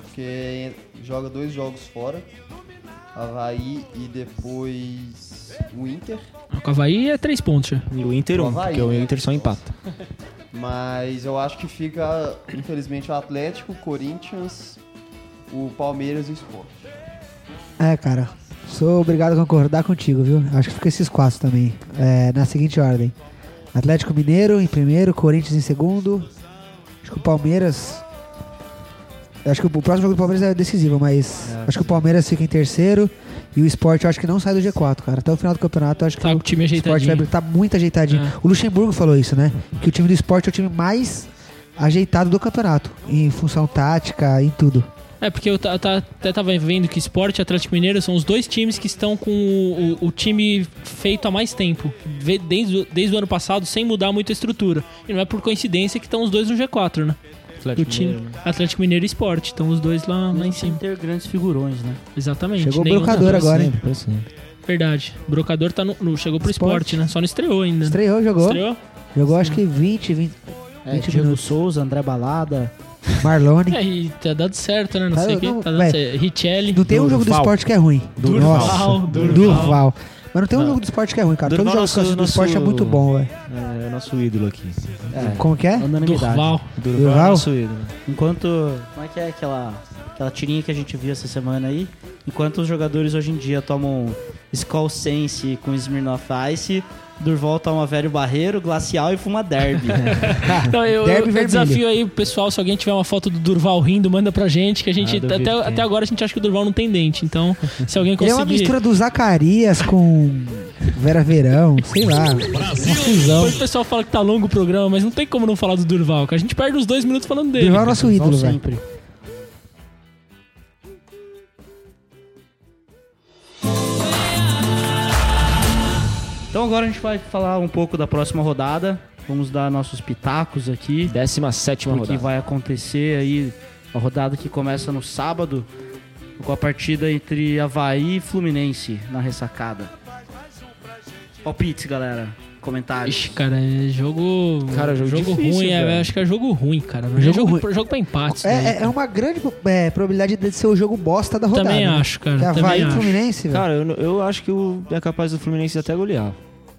S7: porque joga dois jogos fora. Havaí e depois o Inter.
S2: Com o Havaí é 3 pontos já.
S5: E o Inter
S7: O
S5: um,
S7: Havaí,
S5: porque o
S7: né?
S5: Inter só empata.
S7: Mas eu acho que fica, infelizmente, o Atlético, o Corinthians, o Palmeiras e o Sport.
S4: É, cara. Sou obrigado a concordar contigo, viu? Acho que fica esses quatro também. É, na seguinte ordem: Atlético Mineiro em primeiro, Corinthians em segundo. Acho que o Palmeiras. Acho que o próximo jogo do Palmeiras é decisivo, mas
S2: É.
S4: acho que o Palmeiras fica em terceiro e o Sport eu acho que não sai do G4, cara. Até o final do campeonato eu acho que
S2: Tá
S4: o,
S2: com o time
S4: Sport vai
S2: ajeitadinho.
S4: tá muito ajeitadinho.
S2: É.
S4: O Luxemburgo falou isso, né? Que o time do Sport é o time mais ajeitado do campeonato, em função tática, em tudo.
S2: É, porque eu ta- ta- até tava vendo que Sport e Atlético Mineiro são os dois times que estão com o, o- o time feito há mais tempo. Vê- Desde, o- desde o ano passado, sem mudar muito a estrutura. E não é por coincidência que estão os dois no G4, né?
S3: Atlético
S2: o time,
S3: Mineiro, né?
S1: né?
S2: Atlético Mineiro e Sport. Estão os dois lá, lá em cima.
S1: ter grandes figurões, né?
S2: Exatamente.
S4: Chegou o
S2: Nenhum tá
S4: brocador
S2: pra
S4: agora, hein?
S3: Sempre, pra sempre.
S2: Verdade. O Brocador tá no, no- chegou pro
S4: Sport.
S2: Sport, né? Só não estreou ainda. né?
S4: Estreou, jogou.
S2: Estreou?
S4: Jogou acho que 20, 20,
S1: É,
S4: 20
S1: Diego
S4: minutos.
S1: Souza, André Balada.
S4: Marlone.
S2: É, e tá dando certo, né? Não
S4: Tá,
S2: sei
S4: eu
S2: o que.
S4: não-
S2: Tá dando
S4: véi,
S2: certo. Richelli.
S4: Não tem um jogo do
S3: Durval.
S4: esporte que é ruim.
S3: Durval.
S4: Nossa.
S2: Durval.
S4: Durval. Mas não tem um jogo do esporte que é ruim, cara. Todo
S3: Durval,
S4: jogo do esporte-
S3: nosso-
S4: do esporte é
S3: nosso-
S4: muito bom, velho.
S3: É, é o nosso ídolo aqui.
S4: Como que é?
S1: Unanimidade.
S2: Durval.
S3: Durval,
S4: Durval?
S3: é nosso ídolo.
S1: Enquanto. Como é que é aquela, aquela tirinha que a gente viu essa semana aí? Enquanto os jogadores hoje em dia tomam Skull Sense com Smirnoff Ice, Durval toma Velho Barreiro, Glacial e fuma Derby.
S2: Não, eu,
S4: Derby
S2: eu- eu
S4: vermelho.
S2: desafio aí o pessoal, se alguém tiver uma foto do Durval rindo, manda pra gente, que a gente.
S3: Ah, duvido
S2: até,
S3: que tenha.
S2: até agora a gente acha que o Durval não tem dente. Então, se alguém
S4: Ele
S2: conseguir.
S4: é uma mistura do Zacarias com Vera Verão, sei lá.
S2: Depois o pessoal fala que tá longo o programa, mas não tem como não falar do Durval, que a gente perde os dois minutos falando dele.
S4: Durval é nosso ídolo, velho.
S1: então agora a gente vai falar um pouco da próxima rodada. Vamos dar nossos pitacos aqui.
S3: 17
S1: O que
S3: rodada.
S1: vai acontecer aí. A rodada que começa no sábado com a partida entre Havaí e Fluminense na ressacada. Palpites, galera. Comentários.
S2: Ixi, cara, é jogo.
S3: Cara, jogo difícil,
S2: ruim, é,
S3: velho.
S2: acho que é jogo ruim, cara. Jogo,
S4: Jogo
S2: jogo,
S4: ruim.
S2: pra- jogo pra né? empate. isso daí.
S4: É, é- é uma grande é, probabilidade de ser o jogo bosta da rodada.
S2: também
S4: né?
S2: acho, cara.
S4: Que é
S2: também
S4: Havaí e
S2: acho.
S4: Fluminense, velho.
S3: Cara, eu, não- eu acho que o, é capaz do Fluminense até golear.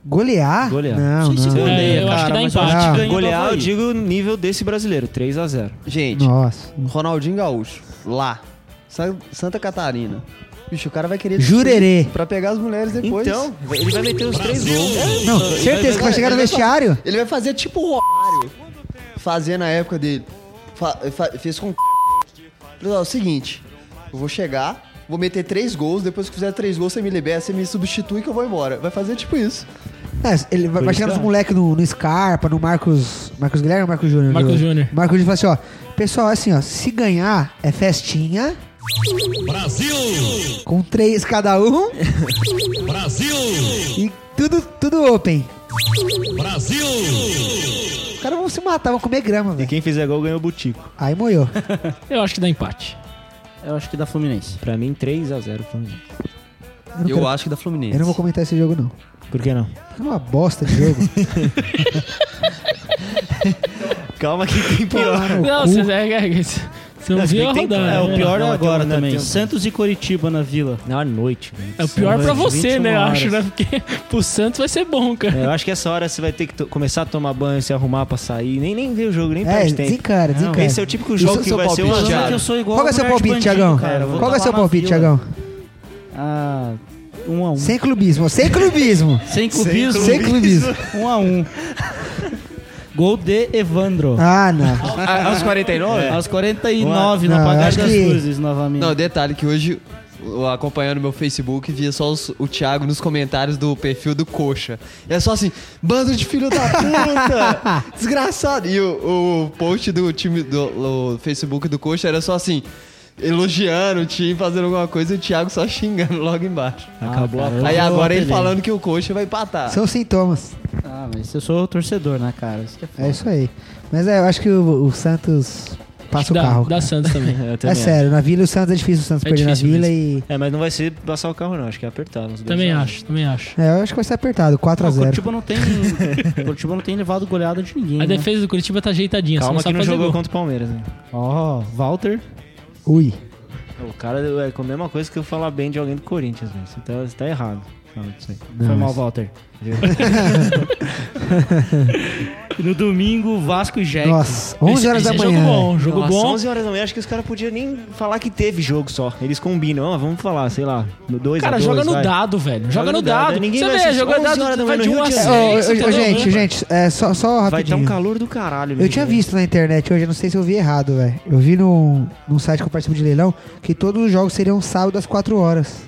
S4: Golear?
S3: Golear.
S4: Não,
S1: Sim, sim,
S4: não.
S1: goleia,
S2: É, eu acho que dá
S1: mas eu
S4: empate.
S3: Ah,
S1: ganha do
S3: Golear, eu
S1: Havaí.
S3: digo nível desse brasileiro, 3x0.
S7: Gente,
S4: Nossa.
S7: Ronaldinho Gaúcho, lá, Sa- Santa Catarina. Bicho, o cara vai querer...
S4: Jurerê.
S7: Pra pegar as mulheres depois.
S3: Então, ele vai meter os três gols.
S4: Não, certeza que vai chegar no vestiário.
S7: Ele vai fazer tipo o Romário fazia na época dele. Fa- fa- fez com. Pessoal, é o seguinte: eu vou chegar, vou meter três gols, depois que fizer três gols, você me libera, você me substitui que eu vou embora. Vai fazer tipo isso.
S4: É, ele vai, vai chegar nos moleques no, no Scarpa, no Marcos. Marcos Guilherme ou Marcos Júnior?
S2: Marcos Júnior.
S4: Marcos Júnior fala assim, ó. Pessoal, assim, ó, se ganhar é festinha. Brasil! Com três cada um. Brasil! E tudo, tudo open. Brasil! Os caras vão se matar, vão comer grama,
S3: E
S4: velho.
S3: quem fizer gol ganha o Butico.
S4: Aí moiou.
S2: Eu acho que dá empate.
S1: Eu acho que dá Fluminense.
S3: Pra mim, 3x0 Fluminense.
S4: Eu, não quero-
S7: acho que é da Fluminense.
S4: eu não vou comentar esse jogo, não.
S3: Por que não?
S4: É uma bosta de jogo.
S3: Calma que tem pior.
S2: Não, você é, é, é, você não viu a rodada.
S1: É,
S2: né?
S1: o pior
S3: Não,
S1: é
S3: é que
S1: agora
S3: eu- não,
S1: também.
S3: tem um-
S1: Santos e Coritiba na Vila.
S3: Na noite, velho.
S2: É o pior pra você,
S1: 21
S2: né? Eu acho, né?
S1: horas.
S2: Porque pro Santos vai ser bom, cara.
S3: É, Eu acho que essa hora você vai ter que to- começar a tomar banho, se arrumar pra sair. Nem, nem ver o jogo, nem
S4: é,
S3: perde tempo.
S4: desencara, desencara.
S3: Esse é o típico
S7: E
S3: jogo
S7: seu-
S3: que
S7: seu
S3: vai ser um
S7: palpite,
S3: azar.
S7: Thiago?
S1: Eu sou igual
S4: Qual é
S1: o
S4: o seu
S1: Alberto
S4: palpite,
S1: Bandido,
S4: Tiagão?
S1: cara. Eu vou
S4: Qual é o
S1: tá
S4: seu
S1: lá na
S4: palpite,
S1: Vila.
S4: Tiagão?
S1: Ah, um a um.
S4: Sem clubismo, sem clubismo.
S1: Sem clubismo.
S4: Sem clubismo.
S1: Um a um. Gol de Evandro.
S4: Ah, não.
S7: Aos 49?
S1: Aos 49,
S4: Não,
S1: no
S4: eu
S1: apagar das
S4: acho que-
S1: luzes, novamente.
S7: Não, detalhe que hoje, eu acompanhando meu Facebook, via só os- o Thiago nos comentários do perfil do Coxa. É só assim, bando de filho da puta! desgraçado! E o, o post do time do, do Facebook do Coxa era só assim. Elogiando o time, fazendo alguma coisa e o Thiago só xingando logo embaixo.
S1: Ah,
S3: Acabou
S5: Ah,
S3: a
S7: Aí agora ele falando que o Coxa vai empatar.
S4: São sintomas.
S1: Ah, mas eu sou torcedor, né, cara? Isso que é
S4: É isso aí. Mas é, eu acho que o, o Santos passa o
S2: dá,
S4: carro.
S2: Dá Santos também.
S3: Eu
S4: é
S3: também
S4: sério, na Vila o Santos é difícil o Santos
S2: É
S4: perder
S2: difícil
S4: na Vila e...
S3: acho. É, mas não vai ser passar o carro, não. Acho que é apertar. uns dois
S2: Também
S3: a um.
S2: acho, também acho.
S4: É, eu acho que vai ser apertado,
S1: Ah, O
S4: 4x0.
S1: Curitiba não tem. o Curitiba não tem levado goleada de ninguém.
S2: A
S4: é
S1: né?
S2: defesa do Curitiba tá ajeitadinha,
S3: Calma
S2: só
S3: que
S2: não
S3: não
S2: sabe fazer
S3: jogou
S2: gol.
S3: contra o Palmeiras, né?
S1: Ó, Walter.
S4: Ui.
S3: O cara é com a mesma coisa que eu falar bem de alguém do Corinthians, velho. Você tá, você tá errado. Fala disso aí.
S1: Foi mal, Walter. E no domingo, Vasco e Jack.
S4: Nossa, 11 horas
S2: é Esse-
S4: da
S2: esse é
S4: manhã.
S2: Jogo bom, jogo
S3: Nossa,
S2: bom.
S3: 11 horas da manhã, acho que os caras podiam nem falar que teve jogo só. Eles combinam, ah, vamos falar, sei lá, no 2
S2: Cara,
S3: a 2,
S2: joga no
S3: vai.
S2: dado, velho. Joga no dado.
S3: Ninguém
S2: Você
S3: vai
S2: vê,
S3: assistir.
S2: joga
S3: 11 horas da
S2: dado, vai
S3: manhã no
S2: de 1 a tá
S3: Rio de
S2: 6.
S4: É, ô, ô, ô,
S2: entendeu?
S4: gente, gente, é, só, só
S3: Vai estar
S4: rapidinho.
S3: um calor do caralho. no
S4: Eu
S3: Rio
S4: tinha
S3: de Janeiro.
S4: visto na internet hoje, eu não sei se eu vi errado, velho. Eu vi num, num site que eu participo de leilão que todos os jogos seriam sábado às 4 horas.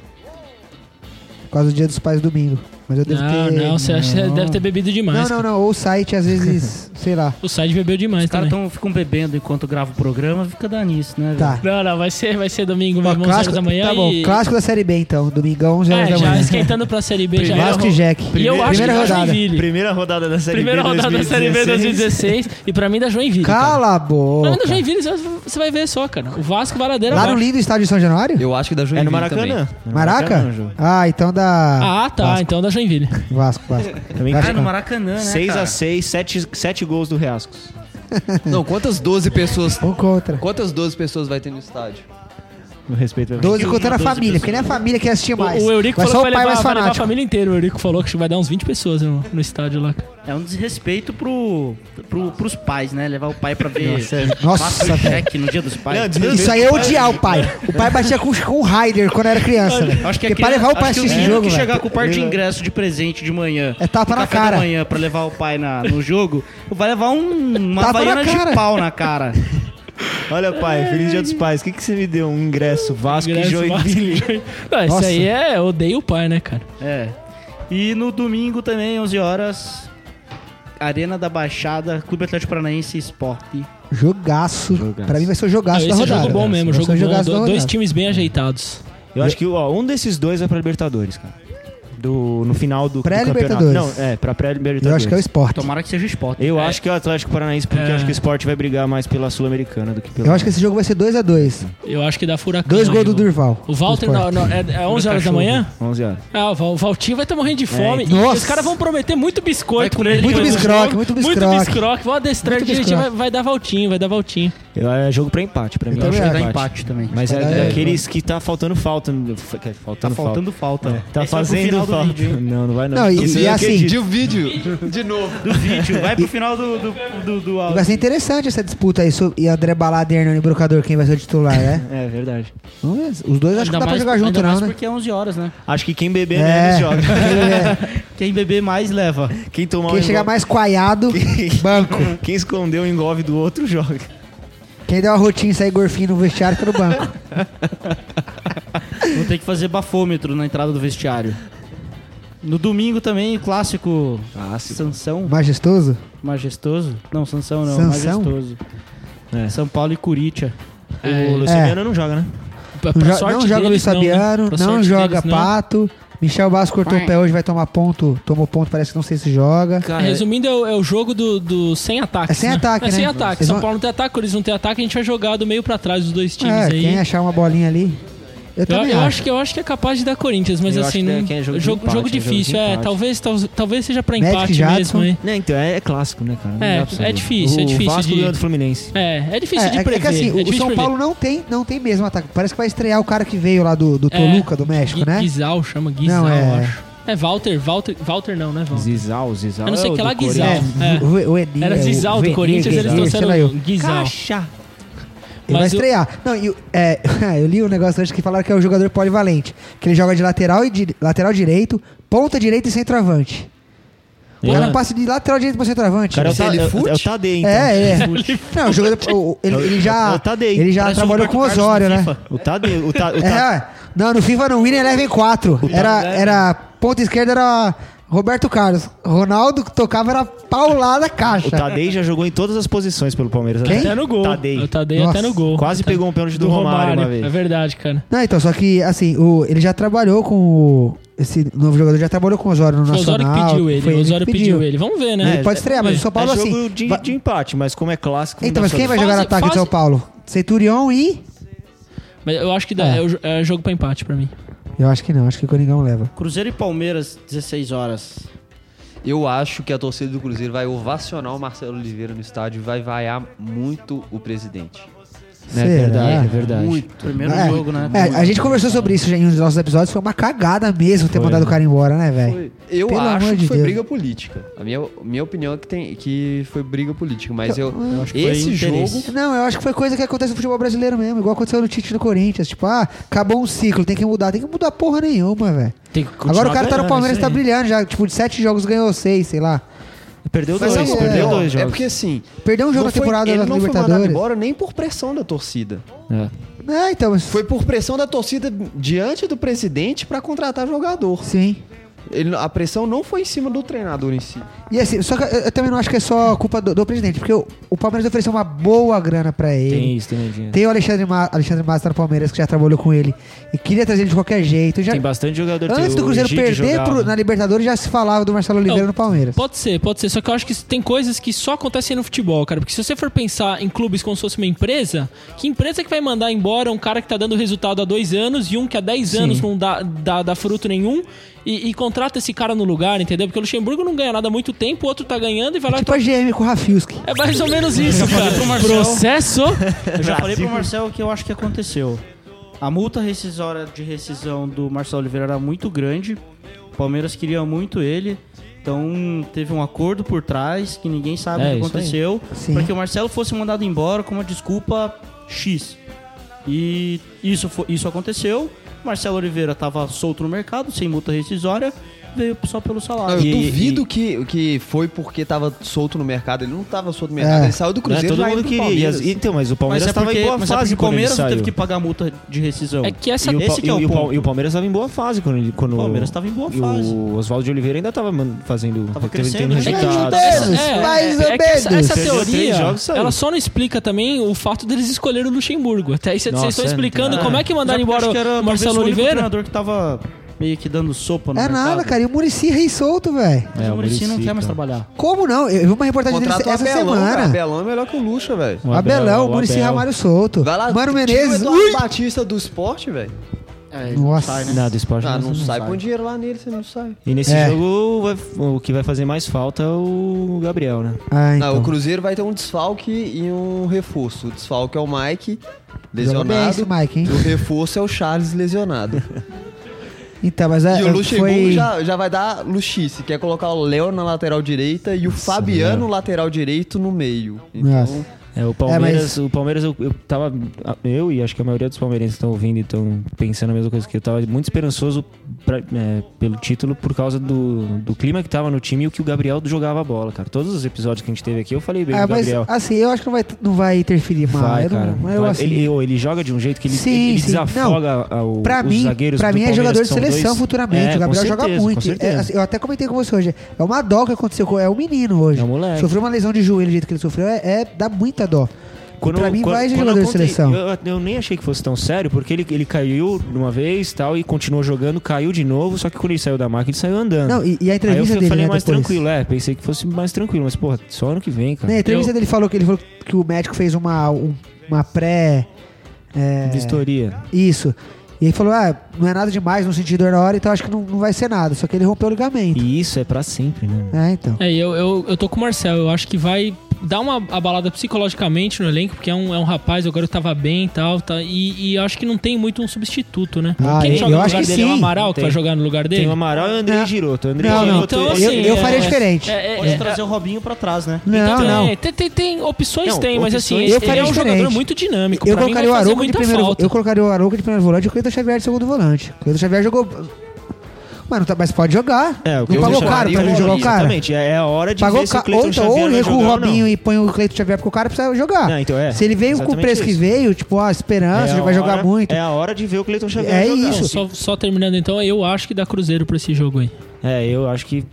S4: Por causa do dia dos pais domingo. Mas eu devo
S2: Não,
S4: ter.
S2: não, você acha que você deve ter bebido demais.
S4: Não, não, não. Ou o site, às vezes, sei lá.
S2: O site bebeu demais
S1: Os caras
S2: também.
S1: tão- ficam bebendo enquanto grava o programa, fica danice, né? velho?
S4: Tá.
S2: Não, não, vai ser, vai ser domingo, meu
S4: Ó,
S2: irmão, 11 horas
S4: clássico,
S2: da manhã
S4: tá bom,
S2: e...
S4: clássico da Série B, então. Domingão, 11 horas
S2: É,
S4: da
S2: já
S4: manhã.
S2: esquentando pra Série B, já é
S4: Vasco e Jack.
S2: E eu acho
S4: Primeira
S2: que da
S4: rodada.
S2: Joinville.
S5: Primeira rodada da Série
S2: Primeira
S5: B
S2: rodada da Série B 2016 e pra mim da Joinville. cara.
S4: Cala a
S2: Pra mim
S4: boca.
S2: da Joinville você- você vai ver só, cara. O Vasco vai ladeira
S4: Lá no
S2: abaixo.
S4: lindo estádio de São Januário?
S7: Eu acho que da
S5: É
S7: Joinville
S5: no Maracanã.
S7: também.
S5: É no
S4: Maraca?
S5: o jogo.
S4: Ah, então da.
S2: Ah, tá, então da Joinville.
S4: Vasco, Vasco.
S5: Também
S1: Ah, no Maracanã, né,
S5: 6
S1: cara?
S5: a 6 7, 7 gols do Reascos.
S7: Não, quantas 12 pessoas...
S4: Ou Um contra.
S7: Quantas 12 pessoas vai ter no estádio?
S5: No respeito ao
S4: 12 contando a
S5: 12
S4: família, porque nem a família que assistiu
S2: O,
S4: mais.
S2: o Eurico
S4: Mas
S2: falou
S4: só
S2: que
S4: o pai
S2: vai levar,
S4: mais
S2: vai levar a
S4: fanático.
S2: família inteira. O Eurico falou que vai dar uns 20 pessoas no, no estádio lá.
S1: É um desrespeito pro, pro, pros pais, né? Levar o pai pra ver
S4: Nossa,
S1: Vasco e
S4: velho.
S1: Jack no dia dos pais.
S5: Não, desrespeito
S4: Isso aí é odiar o pai. O pai batia com, com o Raider quando era criança, velho.
S1: Acho que
S4: Porque pra
S1: aquele-
S4: levar o pai
S1: acho que
S4: assistir
S1: o menino
S4: jogo,
S1: que
S4: velho.
S1: chegar com o par de ingresso de presente de manhã.
S4: É tapa na
S1: café
S4: cara.
S1: da manhã pra levar o pai na, no jogo, vai levar um, uma
S4: Tapa na
S1: havaiana de
S4: cara.
S1: pau na cara.
S5: Olha, pai, feliz dia dos pais. O que, que você me deu? Um ingresso Vasco
S2: Ingresso,
S5: e Joinville.
S2: Vasco e Joinville. Não, isso
S4: Nossa.
S2: aí é odeio o pai, né, cara?
S1: É. E no domingo também, 11 horas, Arena da Baixada, Clube Atlético Paranaense Esporte.
S4: Jogaço.
S5: Jogaço.
S4: Pra mim vai ser o
S2: Não,
S4: jogaço
S2: esse
S4: da
S2: é
S4: rodada.
S2: jogo bom mesmo,
S4: Vai
S2: jogo
S4: ser o
S2: bom.
S4: jogaço da
S2: do- Dois
S4: rodada.
S2: times bem ajeitados.
S5: Eu acho que ó, um desses dois vai pra Libertadores, cara. Do, no final do, do campeonato.
S4: Pré-Libertadores.
S5: Não, é, pra
S4: Eu
S5: pré-Libertadores.
S4: acho que é o esporte.
S1: Tomara que seja Esporte.
S5: Eu acho que é o Atlético Paranaense, porque
S2: É.
S5: eu acho que o esporte vai brigar mais pela Sul-Americana do que pela.
S4: Eu acho que esse jogo vai ser 2x2.
S2: Eu acho que dá furacão.
S4: Dois
S2: aí,
S4: gols do
S2: o-
S4: Durval.
S2: O Walter
S4: Do
S2: não,
S4: Sport.
S2: não, é, é 11 horas da manhã?
S5: 11 horas.
S2: Ah, o Val- o Valtinho vai estar morrendo de
S5: É,
S2: fome. E
S4: nossa.
S2: os caras vão prometer muito biscoito pra ele.
S4: Muito
S2: depois do
S4: biscroque,
S2: jogo.
S4: muito
S2: Muito
S4: biscroque.
S2: biscroque. Vou adestrar
S4: Muito
S2: que a gente
S4: biscroque.
S2: vai, vai dar Valtinho, vai dar Valtinho.
S5: Eu- é jogo pra empate, pra mim.
S4: também
S5: é
S4: acho.
S5: jogo pra
S4: Dá
S5: empate.
S1: Empate também.
S5: Mas é,
S4: É,
S5: daqueles que tá faltando falta. no- f- que é
S1: Tá
S5: Faltando falta.
S1: faltando falta.
S5: Tá
S1: Esse vai pro
S5: fazendo
S1: final do
S5: falta.
S1: vídeo, hein?
S5: não, não vai não. é-
S4: Não, e,
S7: Isso
S4: e
S7: eu
S4: assim,
S7: acredito. De um vídeo, de novo.
S1: Do vídeo, vai pro final do, do, do, do áudio.
S4: vai ser interessante essa disputa aí. so- E André Balada e Hernani Brocador, quem vai ser o titular, né?
S5: É verdade.
S4: Vamos ver. Os dois acho que dá pra jogar junto,
S1: ainda
S4: não,
S1: mais
S4: né?
S1: porque é 11 horas, né?
S5: Acho que quem beber
S4: É.
S5: menos joga.
S1: Quem beber mais leva.
S5: Quem tomar um
S4: Quem chegar
S5: engol-
S4: mais coaiado, banco.
S5: Quem escondeu o engolve do outro joga.
S4: Quem der uma rotinha e sair gorfinho no vestiário, fica no banco.
S1: Vou ter que fazer bafômetro na entrada do vestiário. No domingo também, clássico Sansão
S4: Majestoso?
S1: Majestoso. Não, Sansão não,
S4: Sansão?
S1: Majestoso.
S5: É.
S1: São Paulo e Curitia.
S2: É,
S5: O Luciano não joga, né?
S2: pra-
S4: Não,
S2: pra
S4: jo-
S2: sorte
S4: não joga
S2: deles,
S4: Luiz Fabiano,
S2: né? Pra
S4: não,
S2: sorte
S4: joga
S2: deles, não.
S4: Pato. Michel Basco cortou o pé hoje, vai tomar ponto. Tomou ponto, parece que não sei se joga.
S2: É, Resumindo, é o, é o jogo do, do sem ataque.
S4: É sem ataque,
S2: É sem
S4: né?
S2: ataque.
S4: Eles
S2: São
S4: vão-
S2: Paulo não tem ataque, eles não tem ataque, a gente vai jogar do meio pra trás dos dois times
S4: É,
S2: aí.
S4: quem achar uma bolinha ali. Eu,
S2: Eu,
S4: também
S2: eu
S4: acho.
S2: acho que, eu acho que é capaz de dar Corinthians, mas
S5: Eu acho
S2: assim,
S5: que é-
S2: não-
S5: que é jogo de
S2: jogo,
S5: empate,
S2: jogo
S5: é jogo de
S2: difícil, é,
S5: empate.
S2: talvez, tal- talvez seja pra
S4: Magic
S2: empate
S4: Jackson.
S2: mesmo, hein?
S5: Não, então é, é clássico, né, cara? Não
S2: É,
S5: dá pra saber.
S2: é difícil, é difícil
S5: O Vasco
S2: de-
S5: ganhou do Fluminense.
S2: É, é difícil
S4: É,
S2: de
S4: é que
S2: prever.
S4: assim, o- o,
S2: difícil de
S4: São
S2: prever.
S4: Paulo não tem, não tem mesmo ataque. Parece que vai estrear o cara que veio lá do, do Toluca, do México,
S2: É, Gui-
S4: né?
S2: Guizal, chama Guizal,
S4: Não, é-
S2: acho. É Walter, Walter, Walter não, né, Walter?
S5: Zizal, Zizal.
S2: Eu não sei
S5: é o
S2: que lá,
S5: do Corinthians.
S2: Guizal.
S1: né?
S2: É.
S4: O, o, o Edir,
S2: Era
S4: é, o
S2: Zizal do
S4: Venir,
S2: Corinthians, eles
S4: Venir, sei lá,
S2: trouxeram
S4: eu.
S2: Guizal.
S4: Ele vai
S2: Mas o-
S4: estrear. Não, e o- é, eu li um negócio hoje que falaram que é um jogador polivalente. Que ele joga de lateral, e di- lateral direito, ponta direita e centroavante. O cara
S5: É.
S4: passa de lateral direito pra
S5: O
S4: centroavante.
S5: cara é o,
S4: Você-
S5: Ta-
S4: ele
S5: é,
S4: fute?
S5: é o Tadei, então.
S4: É, ele é. Não, o jogador. o- o- ele, ele
S5: É
S4: já.
S5: o Tadei.
S4: Ele já
S1: Parece o
S4: trabalhou
S1: Roberto
S4: com o
S1: Carlos
S4: Osório,
S1: do
S4: né?
S1: FIFA.
S5: O Tadei. O, Ta, o, Ta,
S4: É, não, no FIFA não, Winner Eleven 4. Era, era ponta esquerda, era Roberto Carlos. Ronaldo que tocava era paulada
S5: o
S4: caixa.
S5: Tadei já jogou em todas as posições pelo Palmeiras.
S4: É. Quem?
S5: Até
S2: Até no gol.
S1: É
S5: Tadei.
S2: Eu Tadei
S4: Nossa,
S2: até no gol.
S5: Quase
S2: Até-
S5: pegou um pênalti do, Romário, uma vez.
S2: É verdade, cara.
S4: Não, então, só que assim, o, ele já trabalhou com o. Esse novo jogador já trabalhou com o Osório no
S2: Foi o Osório
S4: Nacional.
S2: que pediu ele.
S4: foi
S2: O Osório pediu ele. Vamos ver, né?
S4: Ele pode estrear, mas o São Paulo
S5: é jogo
S4: assim.
S5: de,
S4: va-
S5: de empate, mas como é clássico... não
S4: Então,
S5: dá
S4: mas
S5: pra
S4: quem vai
S5: saber.
S4: jogar no
S2: Fase-
S4: ataque de
S2: fase-
S4: São Paulo? Centurion e.
S2: Mas eu acho que dá.
S4: É.
S2: É, o jo- é jogo pra empate pra mim.
S4: Eu acho que não, acho que o Coringão leva.
S1: Cruzeiro e Palmeiras, 16 horas.
S7: Eu acho que a torcida do Cruzeiro vai ovacionar o Marcelo Oliveira no estádio e vai vaiar muito o presidente.
S4: Será? É verdade, é verdade. É.
S7: Muito.
S1: Primeiro jogo, né?
S4: a gente conversou sobre isso já em um dos nossos episódios. Foi uma cagada mesmo ter mandado o cara embora, né, velho?
S7: Eu
S4: Pelo amor
S7: acho
S4: de
S7: que foi
S4: Deus.
S7: briga política. A minha, minha opinião é que, tem, que foi briga política, mas eu,
S1: que foi
S7: esse
S1: interesse.
S7: jogo
S4: Não, eu acho que foi coisa que acontece no futebol brasileiro mesmo, igual aconteceu no Tite no Corinthians. Tipo, ah, acabou um ciclo, tem que mudar. Tem que mudar porra nenhuma, velho.
S2: Tem que continuar
S4: Agora o cara tá no
S2: ganhando, é
S4: Palmeiras,
S2: isso
S4: tá
S2: aí.
S4: brilhando já. Tipo, de sete jogos ganhou seis, sei lá.
S5: Perdeu
S7: Mas
S5: dois,
S7: sabe,
S5: perdeu
S7: é,
S5: dois
S7: É
S5: jogos.
S7: porque assim.
S4: Perdeu um jogo
S7: não
S4: na temporada
S7: foi,
S4: da
S7: ele não foi mandado
S4: Libertadores.
S7: embora nem por pressão da torcida.
S4: É, então, mas...
S7: Foi por pressão da torcida diante do presidente pra contratar jogador.
S4: Sim.
S7: Ele, a pressão não foi em cima do treinador em si.
S4: E assim, só que eu, eu também não acho que é só culpa do, do presidente, porque o, o Palmeiras ofereceu uma boa grana pra ele.
S3: Tem isso, tem dinheiro.
S4: Tem o Alexandre, Ma Alexandre Massa no Palmeiras, que já trabalhou com ele, e queria trazer ele de qualquer jeito. Já,
S3: Tem bastante jogador.
S4: antes
S3: tem
S4: do
S3: o
S4: Cruzeiro
S3: Egídio
S4: perder
S3: jogava.
S4: pro- na Libertadores, já se falava do Marcelo Oliveira
S2: Não,
S4: no Palmeiras.
S2: Pode ser, pode ser. Só que eu acho que tem coisas que só acontecem no futebol, cara. Porque se você for pensar em clubes como se fosse uma empresa, que empresa que vai mandar embora um cara que tá dando resultado há dois anos e um que há dez anos não dá, dá, dá fruto nenhum e, e contrata esse cara no lugar, entendeu? Porque o Luxemburgo não ganha nada há muito tempo, o outro tá ganhando e
S3: É
S2: vai lá... e
S4: Tipo a GM com o Rafiuski.
S2: É mais ou menos isso, cara.
S1: pro Marcel.
S2: Processo...
S1: Eu já falei pro Marcel que eu acho que aconteceu. A multa rescisória de rescisão do Marcelo Oliveira era muito grande. O Palmeiras queria muito ele. Então teve um acordo por trás que ninguém sabe
S2: É,
S1: o que
S2: isso aí.
S1: aconteceu.
S4: Sim.
S1: Para que o Marcelo fosse mandado embora com uma desculpa X. E isso, fo- isso aconteceu. Marcelo Oliveira estava solto no mercado, sem multa rescisória, veio só pelo
S7: Não,
S1: salário.
S7: eu
S1: E-
S7: duvido Que, que foi porque tava solto no mercado. Ele não tava solto no mercado.
S4: É.
S7: Ele saiu do
S5: Né,
S3: Não é,
S7: Cruzeiro
S3: todo
S7: já
S3: mundo
S7: indo pro
S3: queria. E
S7: Palmeiras.
S3: as- Então, mas o
S1: Mas
S3: Palmeiras
S1: é
S3: estava
S1: porque,
S3: em boa
S1: mas é
S3: fase
S1: porque o
S3: quando ele
S1: Palmeiras não
S3: saiu.
S1: teve que pagar a multa de rescisão.
S2: É que essa...
S3: E o,
S1: Esse
S3: Pa-
S1: que é o
S3: e o Pa-
S1: ponto.
S3: e o Palmeiras estava em boa fase quando ele. Quando
S1: O Palmeiras estava em boa
S3: e
S1: fase.
S3: o Oswaldo de Oliveira ainda estava fazendo.
S1: Tava
S3: tendo
S1: crescendo,
S2: É
S1: né?
S2: tá-
S3: resultados. É,
S4: Ajudando. Mais ou
S2: que essa,
S4: menos.
S2: essa
S3: Perdeu
S2: teoria,
S3: três jogos, saiu.
S2: ela só não explica também o fato deles escolherem o Luxemburgo. Até aí vocês
S3: Nossa,
S2: estão
S3: é, não tem
S2: explicando
S3: nada.
S2: como é que mandaram
S1: Mas
S2: embora
S1: porque acho que era,
S2: o
S1: talvez,
S2: Marcelo
S1: o único
S2: Oliveira.
S1: treinador que tava meio que dando sopa no
S4: É
S1: mercado.
S4: nada, cara. E o Murici rei solto, velho.
S1: Mas
S3: É,
S1: o
S3: o
S1: Muricy não
S3: Muricy,
S1: quer mais
S3: cara.
S1: trabalhar.
S4: Como não? Eu vi uma reportagem dele
S7: Contrata o
S4: essa
S7: Abelão, cara.
S4: semana.
S7: Abelão é melhor que o Lucha, velho.
S3: O Um Abel,
S4: Abelão,
S3: o
S1: é
S4: Murici
S3: Abel.
S4: Ramário solto.
S7: Vai lá,
S4: Mano
S7: tira
S4: Menezes.
S7: O Eduardo
S4: ui!
S7: Batista do esporte, velho.
S4: Nossa.
S3: né? Nada, do esporte.
S7: Ah,
S3: nós
S7: não, sai.
S3: sabe.
S7: Põe dinheiro lá nele, você não sai.
S3: E nesse
S4: É.
S3: jogo, vai- o que vai fazer mais falta é o Gabriel, né?
S4: Ah, então.
S7: Não, o Cruzeiro vai ter um desfalque e um reforço. O desfalque é o Mike,
S4: Joga bem esse
S7: lesionado.
S4: Mike,
S7: E
S4: hein?
S7: o reforço é o Charles lesionado.
S4: Então, mas é,
S7: E o Luxemburgo
S4: foi...
S7: já, já vai dar luxice. Quer colocar o Léo na lateral direita e o Fabiano, lateral direito, no meio. Então,
S4: é. Nossa.
S3: É, o Palmeiras,
S4: mas-
S3: o Palmeiras eu, eu tava. Eu e acho que a maioria dos palmeirenses estão ouvindo e estão pensando a mesma coisa que eu. Tava muito esperançoso pra- é, pelo título por causa do, do clima que tava no time e o que o Gabriel jogava a bola, cara. Todos os episódios que a gente teve aqui eu falei bem
S4: Ah,
S3: do Gabriel.
S4: mas assim, eu acho que não vai, não vai interferir mais.
S3: Vai,
S4: eu não-
S3: cara.
S4: mas eu,
S3: Vai.
S4: assim,
S3: ele, ou ele joga de um jeito que ele,
S4: Sim,
S3: ele
S4: sim.
S3: desafoga a- o-
S4: pra
S3: os
S4: mim,
S3: zagueiros
S4: pra
S3: do
S4: mim é
S3: Palmeiras,
S4: jogador de
S3: que são dois.
S4: seleção futuramente.
S3: É,
S4: o Gabriel
S3: com
S4: joga
S3: certeza, com
S4: muito. É,
S3: certeza.
S4: assim, eu até comentei com você hoje. É uma dó que aconteceu com. É um menino hoje.
S3: É um moleque.
S4: Sofreu uma lesão de joelho do jeito que ele sofreu. É, é- dá muita dó. pra mim, vai de
S3: quando eu
S4: jogador de
S3: contei-
S4: seleção.
S3: Eu, eu nem achei que fosse tão sério, porque ele, ele caiu de uma vez tal, e continuou jogando, caiu de novo, só que quando ele saiu da marca, ele saiu andando.
S4: Não, e, e a
S3: Ah. Aí eu
S4: entrevista
S3: fui-
S4: dele.
S3: falei
S4: né,
S3: mais
S4: depois? Né,
S3: tranquilo, é, pensei que fosse mais tranquilo, mas porra, só ano que vem, cara.
S4: Na entrevista
S2: Eu-
S4: dele falou que ele falou que o médico fez uma, um- uma pré. é,
S3: Vistoria.
S4: isso. E ele falou: ah, não é nada demais, não senti dor na hora, então acho que não, não vai ser nada. Só que ele rompeu o ligamento.
S3: E isso é pra sempre, né?
S4: É, então.
S2: É, e eu, eu, eu tô com o Marcel. Eu acho que vai dar uma abalada psicologicamente no elenco, porque é um, é um rapaz, agora eu tava bem e tal. Tá, e, e eu acho que não tem muito um substituto, né?
S4: Ah,
S2: Quem
S4: eu-
S2: joga
S4: eu
S2: no
S4: acho
S2: lugar
S4: que
S2: dele é o
S4: sim.
S2: Amaral
S3: Não
S2: que
S3: tem.
S2: vai jogar no lugar dele?
S3: Tem o Amaral e o André
S4: Não.
S3: Giroto. O André
S4: Não, não.
S3: Giroto,
S2: Então,
S3: ele-
S2: assim,
S4: eu, eu
S2: é-
S3: tipo,
S4: faria diferente.
S2: É, é,
S1: Pode
S2: é,
S1: trazer o Robinho pra trás, né?
S4: não,
S2: então,
S4: não.
S2: é, tem, tem, tem opções,
S3: Não,
S2: tem, mas assim,
S3: opções-
S4: Eu
S2: ele
S4: faria
S2: é um
S4: diferente.
S2: jogador muito dinâmico.
S4: Eu
S2: tipo, pra mim vai
S4: colocaria, o
S2: fazer
S4: Arouca de
S2: muita
S4: primeiro,
S2: falta.
S4: eu colocaria o Arouca de primeiro volante e o Cleiton Xavier de segundo volante. O Cleiton Xavier jogou. Mano, tá- mas pode jogar.
S3: É, o que
S4: não
S3: eu
S4: pagou
S3: deixaria
S4: caro pra
S3: o
S4: ele jogar o
S3: Robinho,
S4: cara.
S3: Exatamente, é é a hora de
S4: Pagou
S3: ver se o
S4: caro.
S3: Cleiton
S4: Ou, então,
S3: Xavier
S4: ou
S3: vai
S4: recua
S3: jogar
S4: o
S3: ou não.
S4: Robinho e põe o Cleiton Xavier porque o cara precisa jogar.
S3: Não, então é,
S4: Se ele veio com o
S3: exatamente
S4: preço que
S3: isso.
S4: veio, tipo, ó, esperança, ele vai
S3: a
S4: jogar
S3: hora-
S4: muito.
S3: É a hora de ver o Cleiton Xavier
S4: É
S3: jogar.
S4: isso.
S2: Só, só terminando então, eu acho que dá Cruzeiro pra esse jogo aí.
S3: É, eu acho que,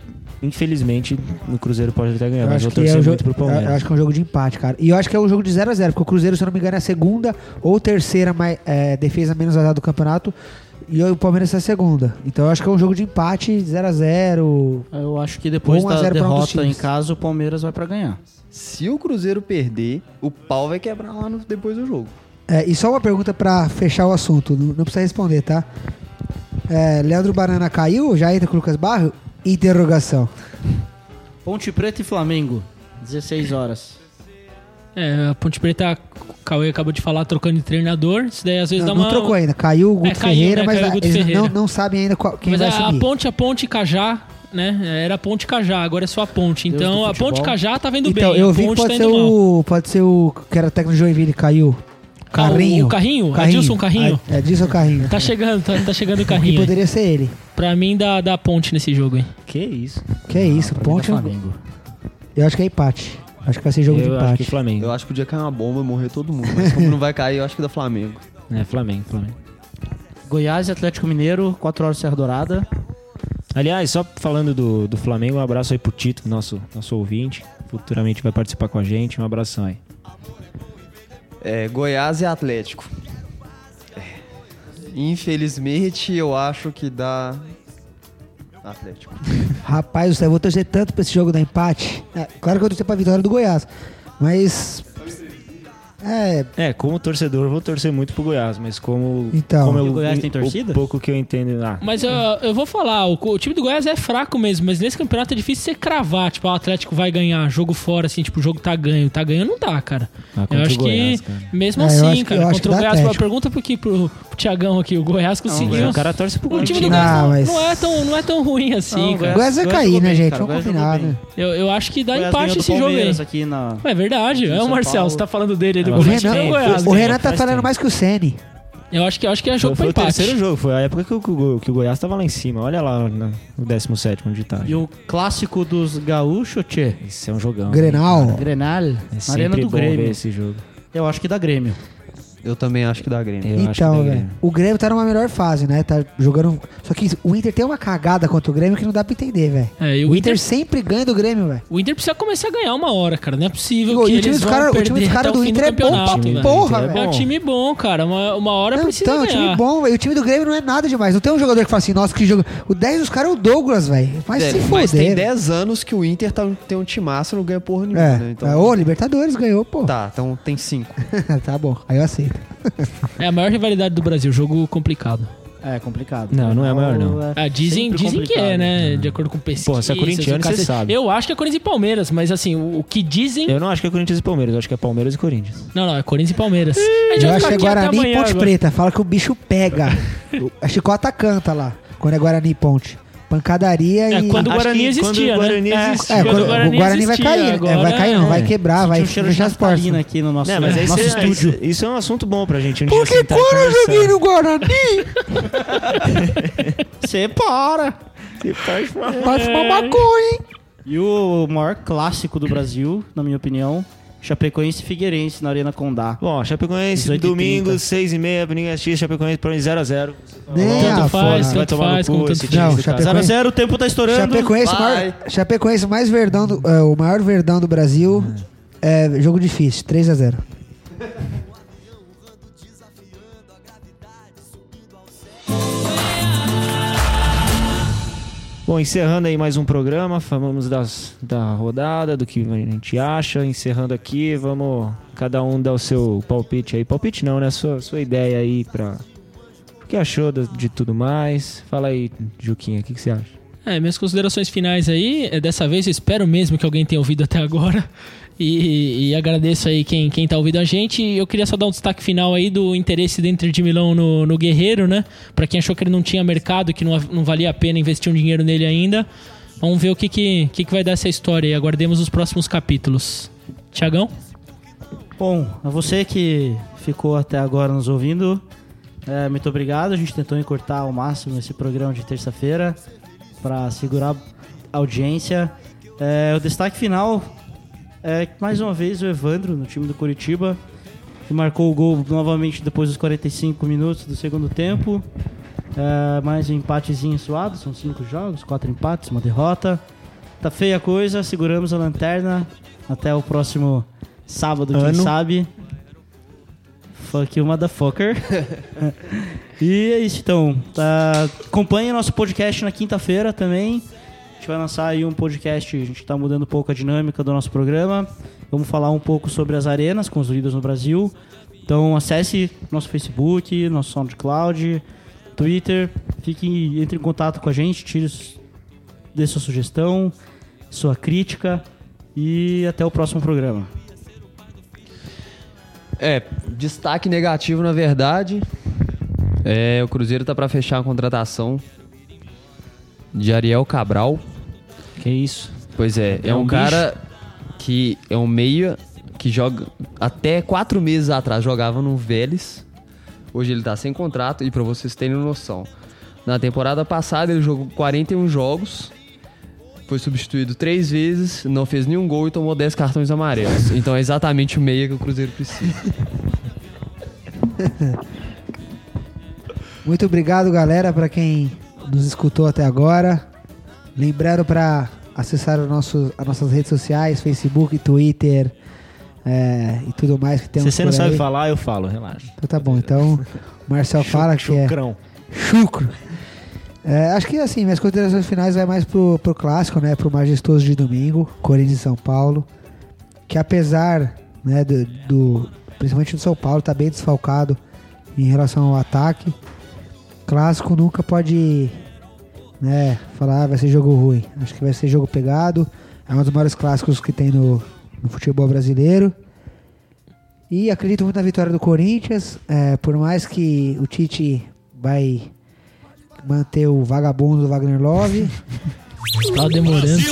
S3: infelizmente, o Cruzeiro pode até ganhar,
S4: Eu
S3: mas
S4: acho,
S3: eu
S4: que é
S3: torcer
S4: um jogo,
S3: muito pro
S4: eu, eu
S3: Palmeiras.
S4: acho que é um jogo de empate, cara. E eu acho que é um jogo de 0x0, porque o Cruzeiro, se eu não me engano, é a segunda ou terceira mais, é, defesa menos vazada do campeonato. E o Palmeiras é a segunda. Então eu acho que é um jogo de empate 0x0.
S1: Eu acho que depois
S4: 1 a 0
S1: da
S4: pra um dos
S1: derrota em
S4: times.
S1: casa, o Palmeiras vai pra ganhar.
S7: se o Cruzeiro perder, o pau vai quebrar lá no- depois do jogo.
S4: É, e só uma pergunta pra fechar o assunto, não, não precisa responder, tá? É, Leandro Banana caiu, já entra com o Lucas Barro? Interrogação.
S1: Ponte Preta e Flamengo, 16 horas.
S2: É, a Ponte Preta, o Cauê acabou de falar, trocando de treinador. Isso daí às vezes
S4: Não,
S2: dá
S4: não
S2: uma.
S4: trocou ainda, caiu o Guto
S2: É, caiu,
S4: Ferreira,
S2: né?
S4: mas
S2: Caiu o Guto
S4: eles Não,
S2: Ferreira.
S4: não sabem ainda qual, quem
S2: Mas é,
S4: vai
S2: a, a
S4: assumir.
S2: ponte, a ponte Cajá, né? Era a ponte Cajá, agora é só a ponte.
S1: Deus do
S2: Então a
S1: futebol.
S2: ponte Cajá tá vendo
S4: Então,
S2: bem.
S4: eu
S2: a
S4: vi que
S2: ponte
S4: pode
S2: tá
S4: ser
S2: indo mal.
S4: o. Pode ser o que era técnico de Joinville, caiu.
S2: Ah, o-
S4: Carrinho.
S2: o Carrinho? Adilson Carrinho?
S4: É, Adilson Carrinho.
S2: Tá chegando, tá, tá chegando o
S4: E
S2: carrinho. aí.
S4: poderia ser ele.
S2: Pra mim dá, dá ponte nesse jogo aí.
S3: Que isso.
S4: Que é isso, ponte.
S1: Flamengo.
S4: Eu acho que é empate. Acho que vai ser jogo de
S3: eu acho que
S4: empate.
S3: Flamengo.
S7: Eu acho que podia cair uma bomba e morrer todo mundo. Mas como não vai cair, eu acho que dá Flamengo.
S3: É, Flamengo, Flamengo.
S1: Goiás e Atlético Mineiro, 4 horas Serra Dourada.
S3: Aliás, só falando do, do Flamengo, um abraço aí pro Tito, nosso, nosso ouvinte. Futuramente vai participar com a gente. Um abração aí.
S7: É, Goiás e Atlético. É. Infelizmente, eu acho que dá Atlético.
S4: Rapaz do céu, eu vou torcer tanto pra esse jogo dar empate. É, claro que eu vou torcer pra vitória do Goiás. Mas. É.
S3: É, como torcedor, eu vou torcer muito pro Goiás, mas como.
S4: Então.
S3: como eu-
S4: E
S1: o Goiás tem torcida?
S3: O pouco que eu entendo. Ah,
S2: Mas eu, eu vou falar, o, o time do Goiás é fraco mesmo, mas nesse campeonato é difícil você cravar, tipo, ah, o Atlético vai ganhar, jogo fora, assim, tipo, o jogo tá ganho, tá ganho, não dá, cara.
S3: ah, contra
S2: Eu acho
S3: o Goiás,
S2: que,
S3: cara.
S2: mesmo
S4: É, eu
S2: assim,
S4: acho que-
S2: cara,
S4: eu acho
S2: contra
S4: que
S2: o
S4: dá
S2: Goiás,
S4: Atlético.
S2: pergunta pro, que- pro, pro Tiagão aqui, o Goiás
S3: O
S2: conseguiu...
S3: Goiás- O cara torce pro
S2: o time do
S3: Corinthians.
S2: Goiás não,
S4: Não, mas-
S2: não é tão, não é tão ruim assim,
S1: Não, o
S2: cara.
S4: O Goiás vai
S1: Goiás
S4: cair,
S1: jogou
S4: né,
S1: bem,
S4: gente?
S1: cara, o
S4: Vamos
S1: Goiás jogou
S4: combinar,
S1: bem.
S4: né?
S2: Eu, eu acho que dá
S1: Goiás ganhou
S2: empate
S1: do
S2: esse jogo aí.
S1: Palmeiras aqui na...
S2: É verdade, é
S1: São
S2: o Marcel,
S1: Paulo.
S2: você tá falando dele aí do
S1: É,
S4: O
S2: Corinthians,
S4: Renan,
S2: tem o Goiás.
S4: o
S2: né?
S4: Renan tá falando mais que o Sene.
S2: Eu acho que, eu acho que é
S3: Foi,
S2: jogo pra
S3: foi o terceiro
S2: empate.
S3: jogo, foi a época que o, Go- que o Goiás tava lá em cima. Olha lá na- o 17 onde tá.
S1: E o clássico dos gaúchos, tchê.
S3: Esse é um jogão.
S4: Grenal.
S1: Grenal,
S3: É
S1: na Arena
S3: sempre
S1: do
S3: bom ver
S1: Grêmio.
S3: esse jogo.
S1: Eu acho que dá Grêmio.
S7: Eu também acho que dá Grêmio.
S3: Eu acho que dá
S4: então, velho.
S3: Grêmio.
S4: O Grêmio tá numa melhor fase, né? Tá jogando. Só que o Inter tem uma cagada contra o Grêmio que não dá pra entender, velho.
S2: É, e
S4: O Inter sempre ganha do Grêmio, velho.
S2: O Inter precisa começar a ganhar uma hora, cara. Não é possível
S4: E
S2: que
S4: o time
S2: eles
S4: dos
S2: vão
S4: cara- o time
S2: perder
S4: dos cara
S2: até
S4: do
S2: fim
S4: Inter é bom
S2: campeonato,
S4: pra
S2: velho.
S4: porra,
S3: Inter
S4: velho.
S2: É um time bom, cara. Uma, uma hora
S4: Não,
S2: precisa
S4: então, é um
S2: ganhar.
S4: time bom, velho. O time do Grêmio não é nada demais. Não tem um jogador que fala assim, nossa, que jogo. O 10 dos caras é o Douglas, velho. Mas se
S7: Sério,
S4: foder.
S7: É, mas tem
S4: velho.
S7: 10 anos que o Inter tá, tem um timaço e não ganha porra nenhuma,
S4: É,
S7: né? Então,
S4: é, ô, Libertadores ganhou, pô.
S7: Tá, então tem 5.
S4: tá bom, aí eu aceito.
S2: É a maior rivalidade do Brasil. Jogo complicado.
S1: É complicado.
S3: Não, não é maior, não.
S2: Ah, dizem
S1: Sempre
S2: dizem que é,
S1: complicado.
S2: né? De acordo com pesquisa.
S3: Pô, se é corintiano, você sabe.
S2: Eu acho que é Corinthians e Palmeiras, mas assim, o, o que dizem.
S3: Eu não acho que é Corinthians e Palmeiras, eu acho que é Palmeiras e Corinthians.
S2: Não, não, é Corinthians e Palmeiras. A gente
S4: Eu
S2: vai
S4: acho
S2: ficar
S4: que
S2: aqui
S4: é
S2: até
S4: Guarani e
S2: amanhã
S4: Ponte
S2: agora.
S4: Preta. Fala que o bicho pega. O- a Chicota canta lá, quando é Guarani e Ponte. Pancadaria
S2: É,
S4: e...
S2: quando o
S3: Acho que
S2: Guarani
S3: quando
S2: existia,
S3: o Guarani
S2: né?
S3: existia.
S4: É, quando,
S2: o Guarani
S4: o Guarani vai
S2: existia,
S4: cair. né?
S2: agora-
S4: vai cair não, vai
S3: é.
S4: quebrar, vai
S1: Tinha um cheiro de
S4: fechar as portas.
S1: chasparina aqui no nosso, né? nosso
S3: isso, é,
S1: estúdio.
S3: isso- isso é um assunto bom pra gente. Um dia
S4: Por que
S3: sentar e
S4: quando eu
S3: conversar.
S4: joguei no Guarani,
S1: Você para!
S4: vai fumar maconha, hein?
S1: E o maior clássico do Brasil, na minha opinião, Chapecoense e Figueirense na Arena Condá.
S3: Bom, Chapecoense,
S1: 18h30.
S3: domingo, 6 e meia, Ninguém assiste, Chapecoense pra 0x0.
S4: Né,
S2: Tanto
S4: ah,
S2: faz,
S4: foda.
S3: é? Vai
S2: tanto
S3: tomar no
S2: faz,
S3: cu
S2: como tanto
S3: esse
S2: faz.
S3: time.
S4: Não,
S3: do cara.
S1: 0 a
S4: Chapecoense,
S1: 0 o tempo tá estourando.
S4: Chapecoense,
S7: Vai.
S4: maior, Chapecoense mais verdão, do, é, o maior verdão do Brasil. É, jogo difícil, 3x0.
S3: Bom, encerrando aí mais um programa, falamos das, da rodada, do que a gente acha. Encerrando aqui, vamos cada um dar o seu palpite aí. Palpite não, né? Sua, sua ideia aí pra. O que achou de, de tudo mais? Fala aí, Juquinha, o que, que você acha?
S2: É, minhas considerações finais aí, é, dessa vez eu espero mesmo que alguém tenha ouvido até agora. E, e agradeço aí quem, quem tá ouvindo a gente. E Eu queria só dar um destaque final aí do interesse do Inter de Milão no, no Guerreiro, né? Pra quem achou que ele não tinha mercado, que não, não valia a pena investir um dinheiro nele ainda. Vamos ver o que, que, que, que vai dar essa história aí. Aguardemos os próximos capítulos. Tiagão?
S1: Bom, a você que ficou até agora nos ouvindo, é, muito obrigado. A gente tentou encurtar ao máximo esse programa de terça-feira para segurar a audiência. É, o destaque final é que, mais uma vez o Evandro, no time do Curitiba, que marcou o gol novamente depois dos 45 minutos do segundo tempo. É, mais um empatezinho suado, são cinco jogos, quatro empates, uma derrota. Tá feia a coisa, seguramos a lanterna até o próximo sábado, quem
S3: Ano.
S1: sabe. Fuck you, motherfucker. e é isso então. Tá, acompanhe nosso podcast na quinta-feira também. A gente vai lançar aí um podcast, a gente está mudando um pouco a dinâmica do nosso programa. Vamos falar um pouco sobre as arenas construídas no Brasil. Então acesse nosso Facebook, nosso SoundCloud, Twitter, fique, entre em contato com a gente, tire, s- dê sua sugestão, sua crítica e até o próximo programa.
S7: É, destaque negativo, na verdade. É, o Cruzeiro tá pra fechar a contratação de Ariel Cabral.
S3: Que isso?
S7: Pois é, é,
S3: É
S7: um,
S3: um
S7: cara que é um meia que joga até quatro meses atrás jogava no Vélez. Hoje ele tá sem contrato e pra vocês terem noção, na temporada passada ele jogou 41 jogos, foi substituído três vezes, não fez nenhum gol e tomou 10 cartões amarelos. Então é exatamente o meia que o Cruzeiro precisa.
S4: Muito obrigado, galera, pra quem nos escutou até agora. Lembrando para acessar o nosso, as nossas redes sociais, Facebook, Twitter é, e tudo mais que temos
S3: Se você não
S1: Então,
S4: por
S3: sabe
S4: aí.
S3: falar, eu falo, relaxa.
S4: Então tá bom, então o Marcel fala que é...
S3: Chucrão.
S4: Chucro. É, acho que assim, minhas considerações finais vai mais pro, pro clássico, né? Pro majestoso de domingo, Corinthians e São Paulo. Que apesar, né, do, do- Principalmente do São Paulo, tá bem desfalcado em relação ao ataque. Clássico nunca pode. Né, falar "Ah, vai ser jogo ruim. Acho que vai ser jogo pegado. É um dos maiores clássicos que tem no, no futebol brasileiro. E acredito muito na vitória do Corinthians. é, por mais que o Tite vai manter o vagabundo do Wagner Love.
S2: Tá demorando.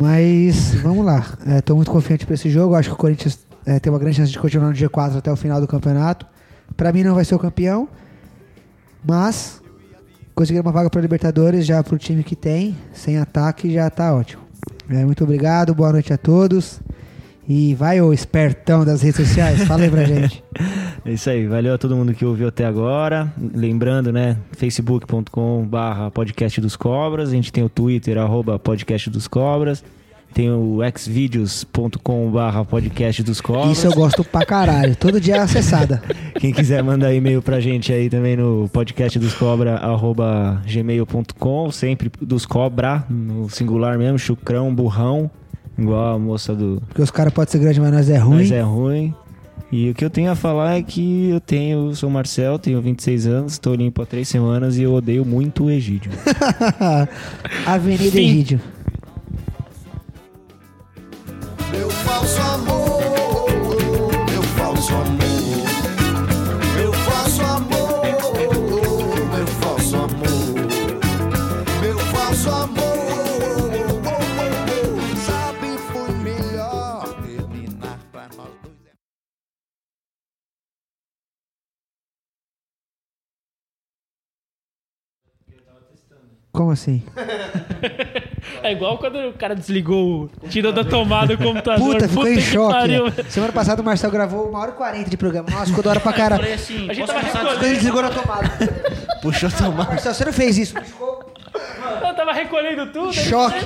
S4: Mas vamos lá. Estou muito confiante para esse jogo. Acho que o Corinthians é, tem uma grande chance de continuar no G4 até o final do campeonato. Para mim não vai ser o campeão. Mas conseguir uma vaga para Libertadores já para o time que tem, sem ataque, já tá ótimo. É, muito obrigado, boa noite a todos. E vai o espertão das redes sociais, fala aí pra gente.
S3: É isso aí, valeu a todo mundo que ouviu até agora. Lembrando, né, facebook.com barra podcast dos cobras, a gente tem o twitter, arroba podcast dos cobras, tem o xvideos.com barra podcast dos cobras.
S4: Isso é eu gosto pra caralho. Todo dia é acessada.
S3: Quem quiser mandar e-mail pra gente aí também no podcast dos cobra, arroba gmail.com, sempre dos cobra, no singular mesmo, chucrão, burrão, igual a moça do
S4: Porque os caras podem ser grandes, mas nós é ruim.
S3: mas é ruim. E o que eu tenho a falar é que eu tenho, sou o Marcel, tenho 26 anos, estou limpo há três semanas e eu odeio muito o Egídio.
S4: Avenida
S2: Fim.
S4: Egídio.
S8: Meu falso amor, meu falso amor, meu falso amor, meu falso amor, meu falso amor. Sabe, foi melhor terminar pra nós dois.
S4: Como assim?
S2: É igual quando o cara desligou, o- tirou da tomada o computador.
S4: Puta, ficou em
S2: que
S4: choque.
S2: pariu.
S4: né? Semana passada o Marcel gravou uma hora e 40 de programa. Nossa, ficou da hora pra caralho.
S1: Falei assim,
S2: A gente
S1: posso
S2: tava
S1: passar
S4: Quando
S2: recolhendo,
S4: ele desligou na tomada.
S3: Puxou a tomada.
S4: Marcel, você não fez isso.
S2: eu tava recolhendo tudo. aí-
S4: Choque.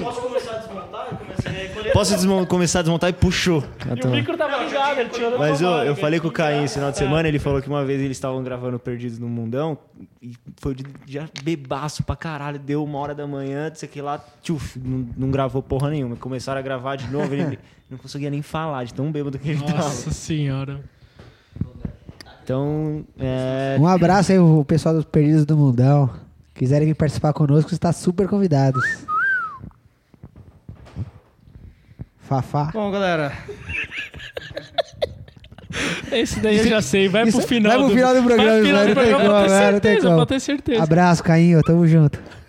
S3: Posso desmon- começar a desmontar e puxou. a
S2: E o
S3: tomada.
S2: micro tava ligado, ele tirou da
S3: Mas eu,
S2: tomada,
S3: eu
S2: cara.
S3: falei com o Caim esse final de semana, ele falou que uma vez eles estavam gravando Perdidos no Mundão e foi de, já bebaço pra caralho, deu uma hora da manhã, disse que lá, tchuf, não, não gravou porra nenhuma. Começaram a gravar de novo, ele não conseguia nem falar de tão bêbado que ele tava.
S2: Nossa senhora.
S3: Então, é,
S4: Um abraço aí, o pessoal dos Perdidos do Mundão. Quiserem vir participar conosco, está super convidados. Fafá.
S1: Bom, galera,
S2: Esse daí eu já sei, vai
S4: Isso-
S2: pro final.
S4: vai pro final do programa,
S2: vai pro final
S4: velho,
S2: do
S1: tá
S4: não tem
S2: programa,
S4: como,
S2: pode ter
S4: velho, não tem
S2: certeza,
S4: como.
S2: pode ter certeza.
S4: Abraço, Cainho. Tamo junto.